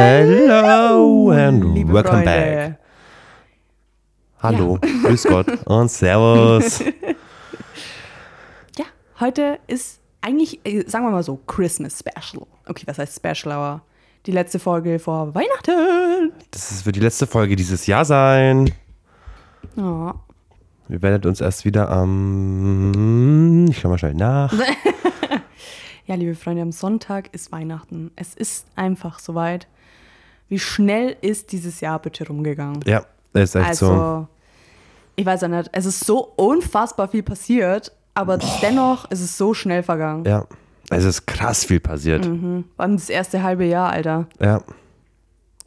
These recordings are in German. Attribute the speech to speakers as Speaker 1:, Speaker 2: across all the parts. Speaker 1: Hello and
Speaker 2: Liebe
Speaker 1: welcome back.
Speaker 2: Freunde.
Speaker 1: Hallo, grüß Gott und servus.
Speaker 2: Ja, heute ist eigentlich, äh, sagen wir mal so, Christmas Special. Okay, was heißt Special, aber die letzte Folge vor Weihnachten.
Speaker 1: Das wird die letzte Folge dieses Jahr sein.
Speaker 2: Oh,
Speaker 1: Ihr werdet uns erst wieder am... Ich schau mal schnell nach.
Speaker 2: Ja, liebe Freunde, am Sonntag ist Weihnachten. Es ist einfach soweit. Wie schnell ist dieses Jahr bitte rumgegangen?
Speaker 1: Ja, ist echt so.
Speaker 2: Also, ich weiß ja nicht, es ist so unfassbar viel passiert, aber dennoch ist es so schnell vergangen.
Speaker 1: Ja, es ist krass viel passiert.
Speaker 2: Mhm. Vor allem das erste halbe Jahr, Alter.
Speaker 1: Ja.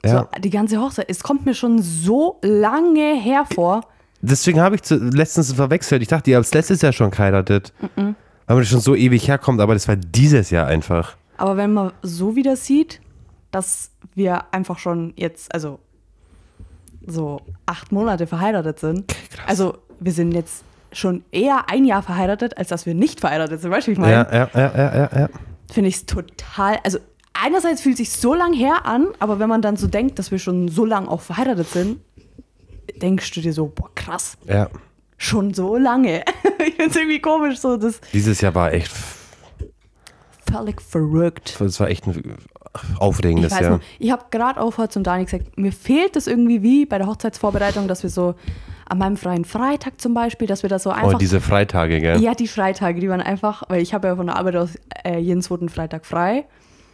Speaker 1: Ja.
Speaker 2: So, die ganze Hochzeit, es kommt mir schon so lange hervor.
Speaker 1: Deswegen habe ich zu, letztens verwechselt. Ich dachte, ihr habt es letztes Jahr schon geheiratet.
Speaker 2: Mhm.
Speaker 1: Weil man das schon so ewig herkommt, aber das war dieses Jahr einfach.
Speaker 2: Aber wenn man so wieder sieht, dass wir einfach schon jetzt, also so acht Monate verheiratet sind. Also wir sind jetzt schon eher ein Jahr verheiratet, als dass wir nicht verheiratet sind. Weißt du, wie ich meine?
Speaker 1: Ja, ja, ja, ja, ja, ja.
Speaker 2: Finde ich es total, also einerseits fühlt sich so lang her an, aber wenn man dann so denkt, dass wir schon so lang auch verheiratet sind, denkst du dir so, boah krass,
Speaker 1: ja.
Speaker 2: schon so lange. ich finde es irgendwie komisch, so das ist
Speaker 1: Dieses Jahr war echt,
Speaker 2: völlig verrückt.
Speaker 1: das war echt ein
Speaker 2: Ich
Speaker 1: aufregendes
Speaker 2: weiß
Speaker 1: Jahr.
Speaker 2: noch, ich habe gerade auch heute zum Dani gesagt, mir fehlt es irgendwie wie bei der Hochzeitsvorbereitung, dass wir so an meinem freien Freitag zum Beispiel, dass wir da so
Speaker 1: Oh,
Speaker 2: einfach.
Speaker 1: diese Freitage, gell?
Speaker 2: ja, die Freitage, die waren einfach, weil ich habe ja von der Arbeit aus äh, jeden zweiten Freitag frei.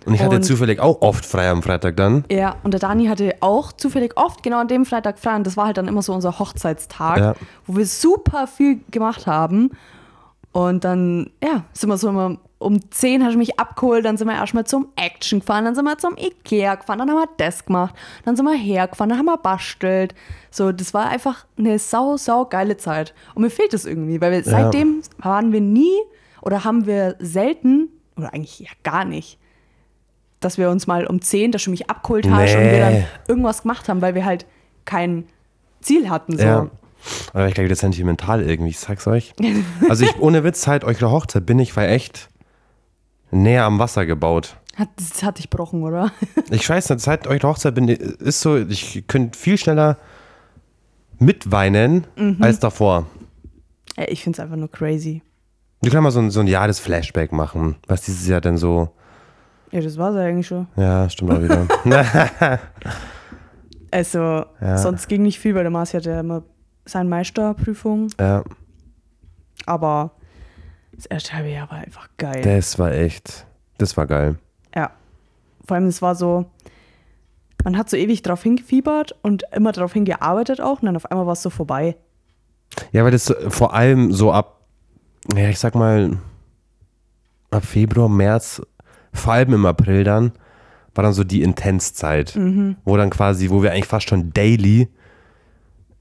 Speaker 1: Und ich hatte
Speaker 2: Und-
Speaker 1: zufällig auch oft frei am Freitag dann.
Speaker 2: Ja, und der Dani hatte auch zufällig oft genau an dem Freitag frei und das war halt dann immer so unser Hochzeitstag,
Speaker 1: Ja.
Speaker 2: wo wir super viel gemacht haben. Und dann, ja, sind wir so immer um 10 hast du mich abgeholt, dann sind wir erstmal zum Action gefahren, dann sind wir zum Ikea gefahren, dann haben wir das gemacht, dann sind wir hergefahren, dann haben wir bastelt. So, das war einfach eine sau, sau geile Zeit. Und mir fehlt es irgendwie, weil wir seitdem waren wir nie oder haben wir selten oder eigentlich ja gar nicht, dass wir uns mal um 10, dass du mich abgeholt hast und wir dann
Speaker 1: Nee.
Speaker 2: irgendwas gemacht haben, weil wir halt kein Ziel hatten. So.
Speaker 1: Ja. Aber ich glaube, das ist sentimental irgendwie, ich sag's euch. Also ich, ohne Witz, seit eurer Hochzeit bin ich, war echt näher am Wasser gebaut.
Speaker 2: Hat, das hat dich gebrochen, oder?
Speaker 1: Ich weiß nicht, seit eurer Hochzeit bin ich, ist so, ich könnte viel schneller mitweinen
Speaker 2: Mhm.
Speaker 1: als davor.
Speaker 2: Ey, ich finde es einfach nur crazy.
Speaker 1: Du kannst mal so ein, so ein Jahresflashback machen, was dieses Jahr denn so,
Speaker 2: Ja, das war es eigentlich schon.
Speaker 1: ja, stimmt auch wieder.
Speaker 2: Also, sonst ging nicht viel, weil der Mars hatte ja immer seine Meisterprüfung.
Speaker 1: ja,
Speaker 2: Aber das erste halbe Jahr war einfach geil.
Speaker 1: das war echt, das war geil.
Speaker 2: Ja. Vor allem, es war so, man hat so ewig drauf hingefiebert und immer drauf hingearbeitet auch. Und dann auf einmal war es so vorbei.
Speaker 1: Ja, weil das so- vor allem so ab, ja, ich sag mal, ab Februar, März, vor allem im April dann, war dann so die Intenszeit,
Speaker 2: Mhm.
Speaker 1: wo dann quasi, wo wir eigentlich fast schon daily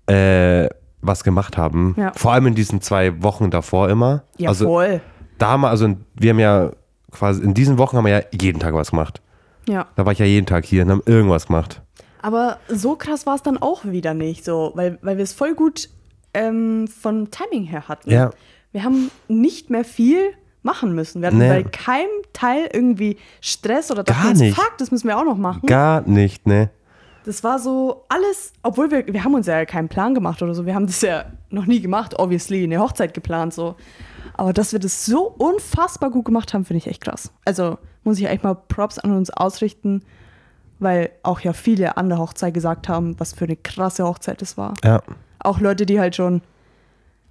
Speaker 1: äh, was gemacht haben.
Speaker 2: Ja.
Speaker 1: Vor allem in diesen zwei Wochen davor immer.
Speaker 2: Ja,
Speaker 1: also
Speaker 2: voll.
Speaker 1: da haben wir, also in- wir haben ja quasi, in diesen Wochen haben wir ja jeden Tag was gemacht.
Speaker 2: Ja.
Speaker 1: Da war ich ja jeden Tag hier und haben irgendwas gemacht.
Speaker 2: Aber so krass war es dann auch wieder nicht, so, weil, weil wir es voll gut ähm, vom Timing her hatten.
Speaker 1: Ja.
Speaker 2: Wir haben nicht mehr viel machen müssen. Wir hatten
Speaker 1: Nee.
Speaker 2: bei keinem Teil irgendwie Stress oder
Speaker 1: Gar
Speaker 2: dachten uns,
Speaker 1: nicht.
Speaker 2: fuck, das müssen wir auch noch machen.
Speaker 1: Gar nicht, ne?
Speaker 2: das war so alles, obwohl wir, wir haben uns ja keinen Plan gemacht oder so. Wir haben das ja noch nie gemacht, obviously, eine Hochzeit geplant so. Aber dass wir das so unfassbar gut gemacht haben, finde ich echt krass. Also muss ich echt mal Props an uns ausrichten, weil auch ja viele an der Hochzeit gesagt haben, was für eine krasse Hochzeit das war.
Speaker 1: Ja.
Speaker 2: Auch Leute, die halt schon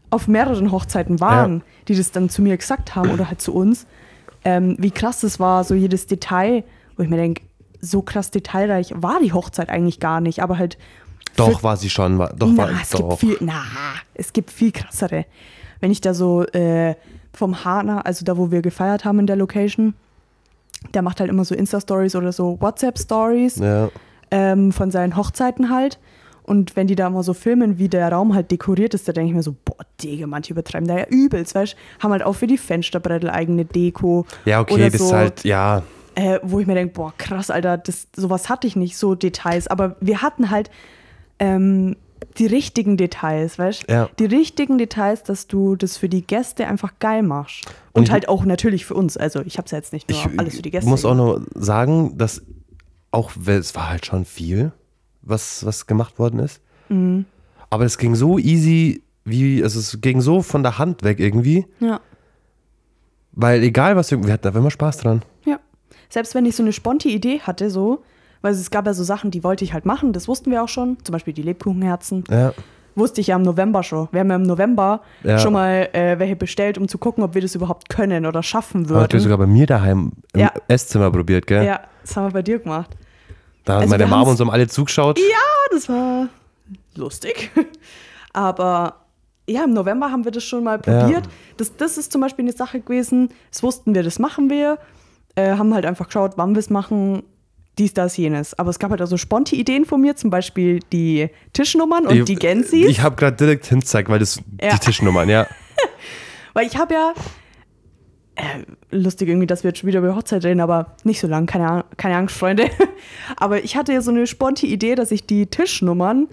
Speaker 2: auf mehreren Hochzeiten waren,
Speaker 1: Ja.
Speaker 2: die das dann zu mir gesagt haben oder halt zu uns, ähm, wie krass das war, so jedes Detail, wo ich mir denke, so krass detailreich war die Hochzeit eigentlich gar nicht, aber halt.
Speaker 1: Doch war sie schon, war, doch war
Speaker 2: na, es
Speaker 1: doch.
Speaker 2: gibt viel, na, es gibt viel krassere. Wenn ich da so äh, vom Hana, also da, wo wir gefeiert haben in der Location, der macht halt immer so Insta-Stories oder so WhatsApp-Stories
Speaker 1: ja.
Speaker 2: ähm, von seinen Hochzeiten halt. Und wenn die da mal so filmen, wie der Raum halt dekoriert ist, da denke ich mir so, boah, Digga, manche übertreiben da ja übelst, weißt du? Haben halt auch für die Fensterbrettel eigene Deko.
Speaker 1: Ja, okay,
Speaker 2: oder
Speaker 1: das
Speaker 2: so,
Speaker 1: ist halt, ja,
Speaker 2: Äh, wo ich mir denke, boah, krass, Alter, das, sowas hatte ich nicht, so Details. Aber wir hatten halt ähm, die richtigen Details, weißt du?
Speaker 1: Ja.
Speaker 2: Die richtigen Details, dass du das für die Gäste einfach geil machst. Und,
Speaker 1: ich-
Speaker 2: halt auch natürlich für uns. Also ich hab's ja jetzt nicht nur
Speaker 1: ich
Speaker 2: alles für die Gäste.
Speaker 1: muss auch nur sagen, dass auch, weil es war halt schon viel, was, was gemacht worden ist.
Speaker 2: Mhm.
Speaker 1: Aber es ging so easy, wie, also es ging so von der Hand weg irgendwie,
Speaker 2: Ja.
Speaker 1: weil egal was, wir wir hatten da immer Spaß dran.
Speaker 2: Ja. Selbst wenn ich so eine sponti Idee hatte, so, weil es gab ja so Sachen, die wollte ich halt machen, das wussten wir auch schon. Zum Beispiel die Lebkuchenherzen.
Speaker 1: Ja.
Speaker 2: Wusste ich ja im November schon. Wir haben ja im November
Speaker 1: Ja.
Speaker 2: schon mal äh, welche bestellt, um zu gucken, ob wir das überhaupt können oder schaffen
Speaker 1: Habt ihr
Speaker 2: würden.
Speaker 1: sogar bei mir daheim im
Speaker 2: Ja.
Speaker 1: Esszimmer probiert, gell?
Speaker 2: ja, das haben wir bei dir gemacht.
Speaker 1: Da hat
Speaker 2: Also
Speaker 1: meine
Speaker 2: wir
Speaker 1: Mama
Speaker 2: haben's-
Speaker 1: uns um alle zugeschaut.
Speaker 2: Ja, das war lustig. Aber ja, im November haben wir das schon mal
Speaker 1: Ja.
Speaker 2: probiert. Das, das ist zum Beispiel eine Sache gewesen, das wussten wir, das machen wir. Äh, haben halt einfach geschaut, wann wir es machen, dies, das, jenes. Aber es gab halt auch so sponti Ideen von mir, zum Beispiel die Tischnummern und
Speaker 1: Ich-
Speaker 2: die Gensis.
Speaker 1: Ich habe gerade direkt hingezeigt, weil das
Speaker 2: Ja.
Speaker 1: die Tischnummern, ja.
Speaker 2: Weil ich habe ja. Äh, lustig irgendwie, dass wir jetzt schon wieder über Hochzeit reden, aber nicht so lang, keine, Ahnung- keine Angst, Freunde. aber ich hatte ja so eine sponti Idee, dass ich die Tischnummern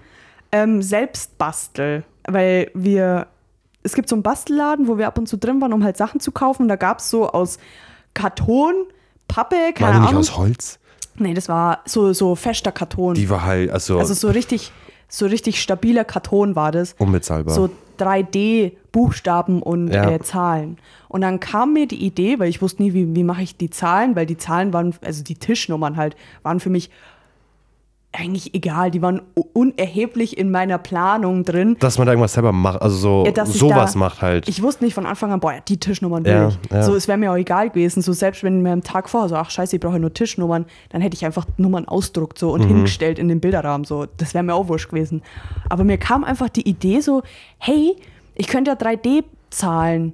Speaker 2: ähm, selbst bastel. Weil wir. Es gibt so einen Bastelladen, wo wir ab und zu drin waren, um halt Sachen zu kaufen. Da gab es so aus Karton, Pappe, keine
Speaker 1: War die nicht
Speaker 2: Ahnung.
Speaker 1: aus Holz?
Speaker 2: nee, das war so, so fester Karton.
Speaker 1: Die war halt, also,
Speaker 2: also so richtig, so richtig stabiler Karton war das
Speaker 1: unbezahlbar.
Speaker 2: so 3D-Buchstaben und
Speaker 1: Ja.
Speaker 2: äh, Zahlen. Und dann kam mir die Idee, weil ich wusste nie, wie, wie mache ich die Zahlen, weil die Zahlen waren, also die Tischnummern halt, waren für mich eigentlich egal. Die waren u- unerheblich in meiner Planung drin.
Speaker 1: dass man da irgendwas selber macht, also so
Speaker 2: Ja, dass ich
Speaker 1: sowas
Speaker 2: da-
Speaker 1: macht halt.
Speaker 2: Ich wusste nicht von Anfang an, boah, ja, die Tischnummern will
Speaker 1: Ja,
Speaker 2: ich.
Speaker 1: ja.
Speaker 2: So, es wäre mir auch egal gewesen. So, selbst wenn mir am Tag vorher so, ach scheiße, ich brauche ja nur Tischnummern, dann hätte ich einfach Nummern ausdruckt so
Speaker 1: Mhm.
Speaker 2: und hingestellt in den Bilderrahmen. So, das wäre mir auch wurscht gewesen. Aber mir kam einfach die Idee so, hey, ich könnte ja 3D-Zahlen,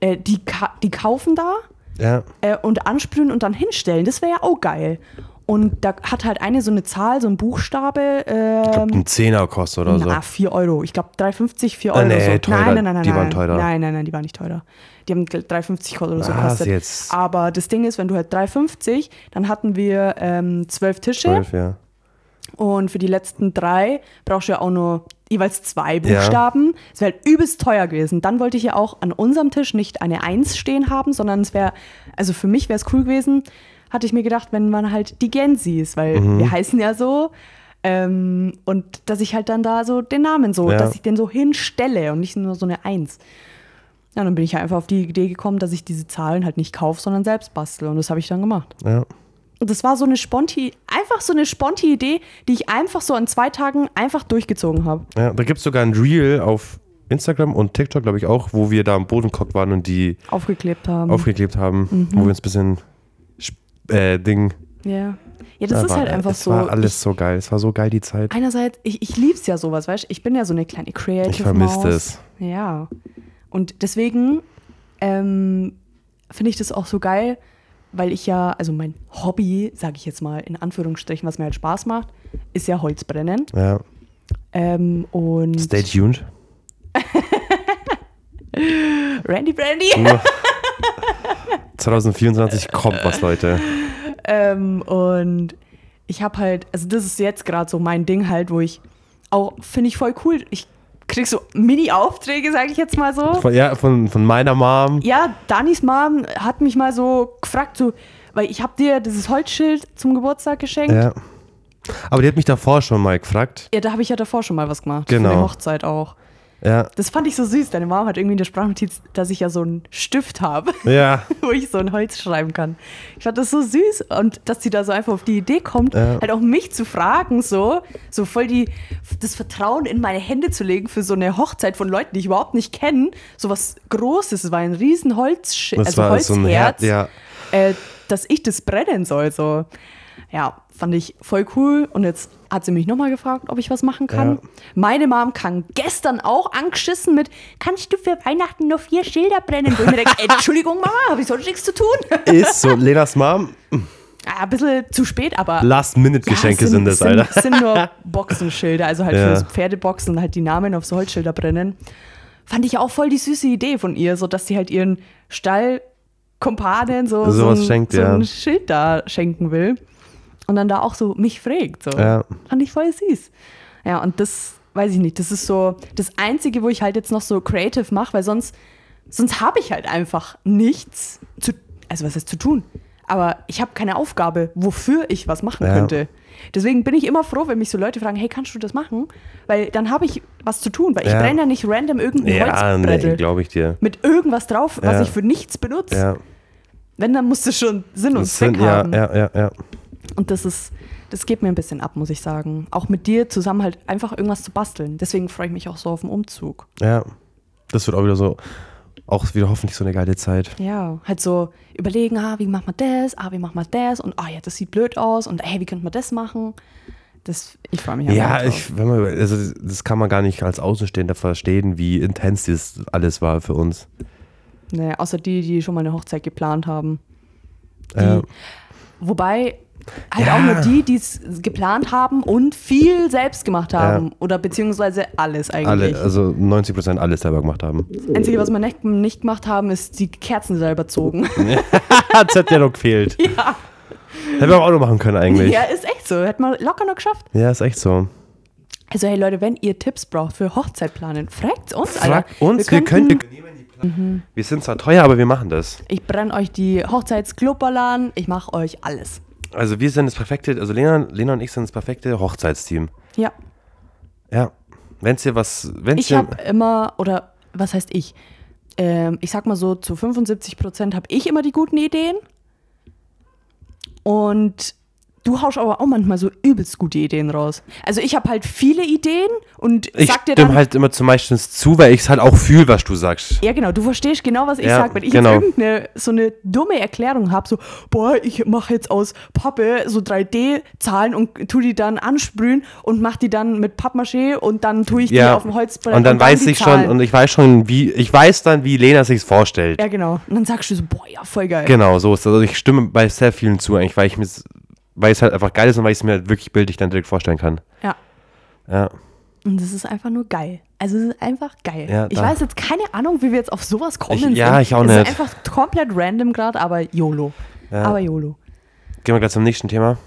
Speaker 2: äh, die, ka die kaufen da
Speaker 1: ja.
Speaker 2: äh, und ansprühen und dann hinstellen. Das wäre ja auch geil. Und da hat halt eine so eine Zahl, so ein Buchstabe, ähm,
Speaker 1: Ein Zehner kostet oder so.
Speaker 2: na, 4 Ah, Euro. Ich glaube 3,50, 4
Speaker 1: Ah,
Speaker 2: Euro.
Speaker 1: nee,
Speaker 2: so.
Speaker 1: teurer.
Speaker 2: Nein, nein, nein, nein.
Speaker 1: Die waren
Speaker 2: nein.
Speaker 1: teurer.
Speaker 2: Nein, nein, nein, die waren nicht teurer. Die haben 3,50 oder so
Speaker 1: Was
Speaker 2: gekostet.
Speaker 1: jetzt?
Speaker 2: Aber das Ding ist, wenn du halt 3,50, dann hatten wir ähm, 12 Tische
Speaker 1: Zwölf, ja.
Speaker 2: und für die letzten drei brauchst du ja auch nur jeweils zwei Buchstaben. Es wäre halt übelst teuer gewesen. Dann wollte ich ja auch an unserem Tisch nicht eine Eins stehen haben, sondern es wäre, also für mich wäre es cool gewesen, hatte ich mir gedacht, wenn man halt die Gensis, weil wir heißen ja so. Ähm, und dass ich halt dann da so den Namen so,
Speaker 1: Ja.
Speaker 2: dass ich den so hinstelle und nicht nur so eine Eins. Ja, dann bin ich ja einfach auf die Idee gekommen, dass ich diese Zahlen halt nicht kaufe, sondern selbst bastle. Und das habe ich dann gemacht.
Speaker 1: ja.
Speaker 2: Und das war so eine sponti, einfach so eine sponti Idee, die ich einfach so an zwei Tagen einfach durchgezogen habe.
Speaker 1: Ja, da gibt es sogar ein Reel auf Instagram und TikTok, glaube ich auch, wo wir da am Boden gekocht waren und die
Speaker 2: Aufgeklebt haben.
Speaker 1: aufgeklebt haben,
Speaker 2: Mhm.
Speaker 1: wo wir uns ein bisschen sp- äh, Ding.
Speaker 2: ja. ja, das
Speaker 1: Da
Speaker 2: ist
Speaker 1: war,
Speaker 2: halt einfach
Speaker 1: es
Speaker 2: so.
Speaker 1: war alles so geil. Es war so geil die Zeit.
Speaker 2: ich, einerseits, ich, ich lieb's ja sowas, weißt du? Ich bin ja so eine kleine Creative.
Speaker 1: Ich vermisse
Speaker 2: Maus.
Speaker 1: das.
Speaker 2: Ja. Und deswegen ähm, finde ich das auch so geil, weil ich ja, also mein Hobby, sage ich jetzt mal in Anführungsstrichen, was mir halt Spaß macht, ist ja Holzbrennen.
Speaker 1: Ja.
Speaker 2: Ähm, und
Speaker 1: Stay tuned.
Speaker 2: Randy Brandy.
Speaker 1: 2024 kommt was, Leute.
Speaker 2: Ähm, und ich habe halt, also das ist jetzt gerade so mein Ding halt, wo ich auch, finde ich voll cool, ich krieg so Mini-Aufträge, sage ich jetzt mal so.
Speaker 1: Von, ja, von, von meiner Mom.
Speaker 2: Ja, Danis Mom hat mich mal so gefragt, so, weil ich habe dir dieses Holzschild zum Geburtstag geschenkt. Ja,
Speaker 1: Ja. Aber die hat mich davor schon mal gefragt.
Speaker 2: da habe ich ja davor schon mal was gemacht.
Speaker 1: Genau.
Speaker 2: Für die Hochzeit auch.
Speaker 1: Ja.
Speaker 2: Das fand ich so süß. Deine Mom hat irgendwie in der Sprachnotiz, dass ich ja so einen Stift habe.
Speaker 1: Ja.
Speaker 2: wo ich so ein Holz schreiben kann. Ich fand das so süß und dass sie da so einfach auf die Idee kommt,
Speaker 1: Ja.
Speaker 2: halt auch mich zu fragen, so, so voll die, das Vertrauen in meine Hände zu legen für so eine Hochzeit von Leuten, die ich überhaupt nicht kenne. So was Großes, es war ein riesen Holz,
Speaker 1: Das
Speaker 2: also
Speaker 1: war
Speaker 2: Holzherz,
Speaker 1: so ein Herz. Ja.
Speaker 2: äh, dass ich das brennen soll, so. Ja, fand ich voll cool. Und jetzt hat sie mich nochmal gefragt, ob ich was machen kann.
Speaker 1: Ja.
Speaker 2: Meine Mom kam gestern auch angeschissen mit, kannst du für Weihnachten nur vier Schilder brennen? Wo ich mir denke, Entschuldigung, Mama, habe ich sonst nichts zu tun?
Speaker 1: Ist so. Lenas Mom,
Speaker 2: Ah, ein bisschen zu spät, aber.
Speaker 1: Last-Minute-Geschenke
Speaker 2: Ja,
Speaker 1: sind das, Alter.
Speaker 2: Sind, sind nur Boxenschilder, also halt
Speaker 1: Ja.
Speaker 2: für so Pferdeboxen und halt die Namen auf so Holzschilder brennen. Fand ich auch voll die süße Idee von ihr, so dass sie halt ihren Stallkumpanen so, so,
Speaker 1: Sowas
Speaker 2: ein,
Speaker 1: schenkt,
Speaker 2: so
Speaker 1: ja.
Speaker 2: ein Schild da schenken will. Und dann da auch so mich fragt. So.
Speaker 1: Ja.
Speaker 2: Fand ich voll süß. Ja, und das weiß ich nicht. Das ist so das Einzige, wo ich halt jetzt noch so creative mache, weil sonst, sonst habe ich halt einfach nichts zu, also was heißt zu tun? aber ich habe keine Aufgabe, wofür ich was machen
Speaker 1: Ja.
Speaker 2: könnte. Deswegen bin ich immer froh, wenn mich so Leute fragen, hey, kannst du das machen? Weil dann habe ich was zu tun, weil ich
Speaker 1: Ja.
Speaker 2: brenne ja nicht random irgendein
Speaker 1: Ja, nee,
Speaker 2: Holzbrettel
Speaker 1: glaube ich dir.
Speaker 2: mit irgendwas drauf, was
Speaker 1: Ja.
Speaker 2: ich für nichts benutze.
Speaker 1: Ja.
Speaker 2: Wenn, dann muss das schon Sinn und
Speaker 1: Das sind-
Speaker 2: Zweck
Speaker 1: ja,
Speaker 2: haben.
Speaker 1: ja, ja, ja.
Speaker 2: Und das ist, das geht mir ein bisschen ab, muss ich sagen. Auch mit dir zusammen halt einfach irgendwas zu basteln. Deswegen freue ich mich auch so auf den Umzug.
Speaker 1: Ja. Das wird auch wieder so, auch wieder hoffentlich so eine geile Zeit.
Speaker 2: Ja, halt so überlegen, ah, wie macht man das, ah, wie macht man das und ah ja, das sieht blöd aus und hey, wie könnte man das machen? Das, ich freue mich einfach
Speaker 1: Ja,
Speaker 2: drauf.
Speaker 1: ich, wenn man, über- also das kann man gar nicht als Außenstehender verstehen, wie intens das alles war für uns.
Speaker 2: Nee, außer die, die schon mal eine Hochzeit geplant haben. Die,
Speaker 1: Ja.
Speaker 2: Wobei halt
Speaker 1: Ja.
Speaker 2: auch nur die, die es geplant haben und viel selbst gemacht haben. Oder beziehungsweise alles eigentlich.
Speaker 1: Alle, also 90 Prozent alles selber gemacht haben.
Speaker 2: das Einzige, was wir nicht, nicht gemacht haben, ist die Kerzen selber zogen.
Speaker 1: HZ-Dialog fehlt.
Speaker 2: ja.
Speaker 1: Hätten wir auch noch machen können eigentlich.
Speaker 2: ja,
Speaker 1: Ja,
Speaker 2: ist echt so. Hätte man locker noch geschafft.
Speaker 1: ist echt so.
Speaker 2: Also hey Leute, wenn ihr Tipps braucht für Hochzeit planen, fragt uns.
Speaker 1: Frag
Speaker 2: Alter.
Speaker 1: uns, wir, können,
Speaker 2: könnten-
Speaker 1: wir,
Speaker 2: Mhm.
Speaker 1: wir sind zwar teuer, aber wir machen das.
Speaker 2: Ich brenne euch die Hochzeitsklubberladen. Ich mache euch alles.
Speaker 1: Also wir sind das perfekte, also Lena, Lena und ich sind das perfekte Hochzeitsteam.
Speaker 2: Ja.
Speaker 1: Ja. Wenn es dir was, wenn
Speaker 2: Ich habe immer, oder was heißt ich? Ähm, ich sag mal so, zu 75 Prozent habe ich immer die guten Ideen. Und du haust aber auch manchmal so übelst gute Ideen raus. Also ich habe halt viele Ideen und
Speaker 1: ich
Speaker 2: sag dir
Speaker 1: stimme
Speaker 2: dann.
Speaker 1: halt immer zum meisten zu, weil ich es halt auch fühle, was du sagst.
Speaker 2: Ja, genau, du verstehst genau, was ich
Speaker 1: Ja,
Speaker 2: sag. Wenn ich
Speaker 1: genau.
Speaker 2: jetzt irgendeine so eine dumme Erklärung habe, so, boah, ich mache jetzt aus Pappe so 3D-Zahlen und tu die dann ansprühen und mach die dann mit Pappmaché und dann tue ich die auf dem Holzbrett.
Speaker 1: Und dann weiß
Speaker 2: die
Speaker 1: ich
Speaker 2: Zahlen.
Speaker 1: schon, und ich weiß schon, wie, ich weiß dann, wie Lena sich's vorstellt.
Speaker 2: Ja, genau. Und dann sagst du so, boah, ja, voll geil.
Speaker 1: Genau, so ist das. Also ich stimme bei sehr vielen zu, eigentlich, weil ich mir weil es halt einfach geil ist und weil ich es mir halt wirklich bildlich dann direkt vorstellen kann.
Speaker 2: Ja.
Speaker 1: Ja.
Speaker 2: Und das ist einfach nur geil. Also es ist einfach geil.
Speaker 1: Ja,
Speaker 2: ich
Speaker 1: da-
Speaker 2: weiß jetzt keine Ahnung, wie wir jetzt auf sowas kommen. sind.
Speaker 1: ja, ich auch
Speaker 2: es
Speaker 1: nicht.
Speaker 2: ist einfach komplett random gerade, aber YOLO. Aber YOLO.
Speaker 1: Gehen wir gleich zum nächsten Thema.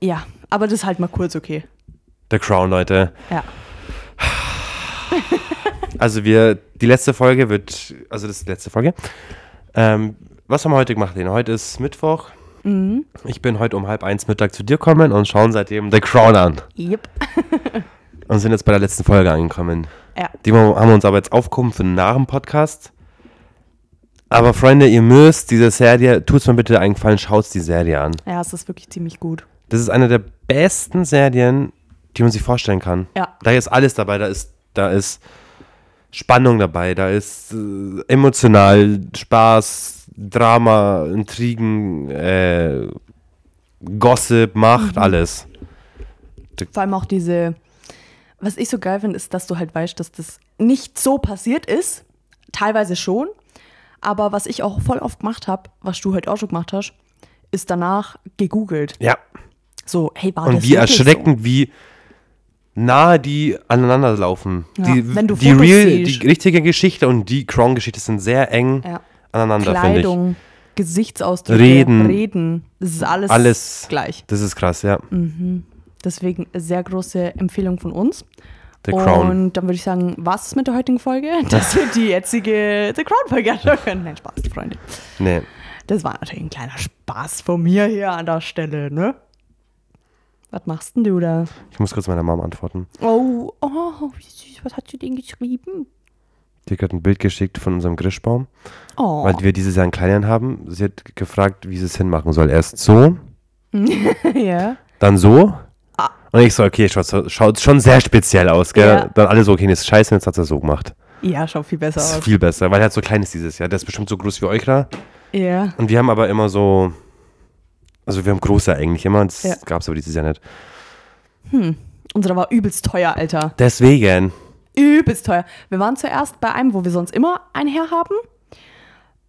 Speaker 2: Ja, aber das ist halt mal kurz okay.
Speaker 1: The Crown, Leute.
Speaker 2: Ja.
Speaker 1: Also wir, die letzte Folge wird, also das ist die letzte Folge. Ähm, was haben wir heute gemacht, Lena? Heute ist Mittwoch.
Speaker 2: Mhm.
Speaker 1: Ich bin heute um halb eins Mittag zu dir gekommen und schauen seitdem The Crown an.
Speaker 2: Yep.
Speaker 1: Und sind jetzt bei der letzten Folge angekommen.
Speaker 2: Ja.
Speaker 1: Die haben wir uns aber jetzt aufgehoben für einen nahen Podcast. Aber Freunde, ihr müsst diese Serie, tut's mir bitte einen Gefallen, schaut die Serie an.
Speaker 2: Ja, es ist wirklich ziemlich gut.
Speaker 1: Das ist eine der besten Serien, die man sich vorstellen kann.
Speaker 2: Ja.
Speaker 1: Da ist alles dabei, da ist, da ist Spannung dabei, da ist äh, emotional, Spaß, Drama, Intrigen, äh, Gossip, Macht, alles.
Speaker 2: Vor allem auch diese, was ich so geil finde, ist, dass du halt weißt, dass das nicht so passiert ist. Teilweise schon. Aber was ich auch voll oft gemacht habe, was du halt auch schon gemacht hast, ist danach gegoogelt.
Speaker 1: Ja.
Speaker 2: So, hey, war
Speaker 1: Und
Speaker 2: Oh, das
Speaker 1: wie
Speaker 2: wirklich so?
Speaker 1: erschreckend, wie nahe die aneinander laufen.
Speaker 2: Ja,
Speaker 1: die,
Speaker 2: wenn du
Speaker 1: die
Speaker 2: Fotos
Speaker 1: real,
Speaker 2: siehst.
Speaker 1: die richtige Geschichte und die Crown-Geschichte sind sehr eng
Speaker 2: Ja.
Speaker 1: aneinander, finde ich.
Speaker 2: Kleidung, Gesichtsausdrücke,
Speaker 1: Reden.
Speaker 2: Reden. Das ist alles,
Speaker 1: Alles
Speaker 2: gleich.
Speaker 1: Das ist krass, ja.
Speaker 2: Mhm. Deswegen sehr große Empfehlung von uns.
Speaker 1: The Crown.
Speaker 2: Und dann würde ich sagen, was ist mit der heutigen Folge? Dass wir die jetzige The Crown-Folge anschauen können. Nein, Spaß, Freunde.
Speaker 1: Nee.
Speaker 2: Das war natürlich ein kleiner Spaß von mir hier an der Stelle, ne? Was machst denn du da?
Speaker 1: Ich muss kurz meiner Mom antworten.
Speaker 2: Oh, oh, wie süß, was hat sie denn geschrieben?
Speaker 1: Die hat gerade ein Bild geschickt von unserem Grischbaum,
Speaker 2: Oh,
Speaker 1: weil wir dieses Jahr einen kleineren haben. Sie hat g- gefragt, wie sie es hinmachen soll. Erst so,
Speaker 2: ja.
Speaker 1: dann so. Und ich so, okay, schaut, so- schaut schon sehr speziell aus, gell?
Speaker 2: Ah. Ja.
Speaker 1: Dann alle so, okay, nee, ist scheiße, jetzt hat sie es so gemacht.
Speaker 2: Ja, schaut viel besser
Speaker 1: Das ist
Speaker 2: aus.
Speaker 1: viel besser, weil er hat so klein ist dieses Jahr. Der ist bestimmt so groß wie euch da.
Speaker 2: Ja.
Speaker 1: Und wir haben aber immer so, also wir haben große eigentlich immer, das
Speaker 2: Ja.
Speaker 1: gab es aber dieses Jahr nicht.
Speaker 2: Unsere war übelst teuer, Alter.
Speaker 1: Deswegen,
Speaker 2: übelst teuer. Wir waren zuerst bei einem, wo wir sonst immer einen her haben.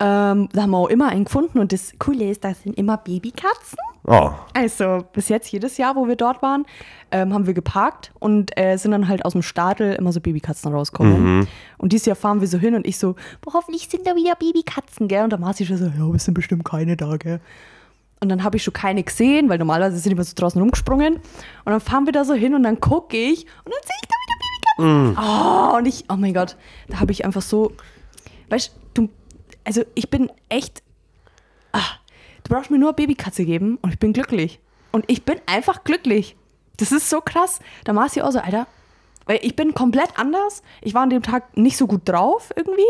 Speaker 2: Ähm, da haben wir auch immer einen gefunden und das Coole ist, das sind immer Babykatzen.
Speaker 1: oh,
Speaker 2: Also bis jetzt jedes Jahr, wo wir dort waren, ähm, haben wir geparkt und äh, sind dann halt aus dem Stadel immer so Babykatzen rauskommen. Und dieses Jahr fahren wir so hin und ich so, boah, hoffentlich sind da wieder Babykatzen, gell? Und da Marci schon so, ja, es sind bestimmt keine da, gell? Und dann habe ich schon keine gesehen, weil normalerweise sind die immer so draußen rumgesprungen. Und dann fahren wir da so hin und dann gucke ich und dann sehe ich da wieder Oh, und ich, oh mein Gott, da habe ich einfach so, weißt du, also ich bin echt, ah, Du brauchst mir nur eine Babykatze geben und ich bin glücklich. Und ich bin einfach glücklich. Das ist so krass. Da war sie auch so, Alter. Weil ich bin komplett anders. Ich war an dem Tag nicht so gut drauf irgendwie.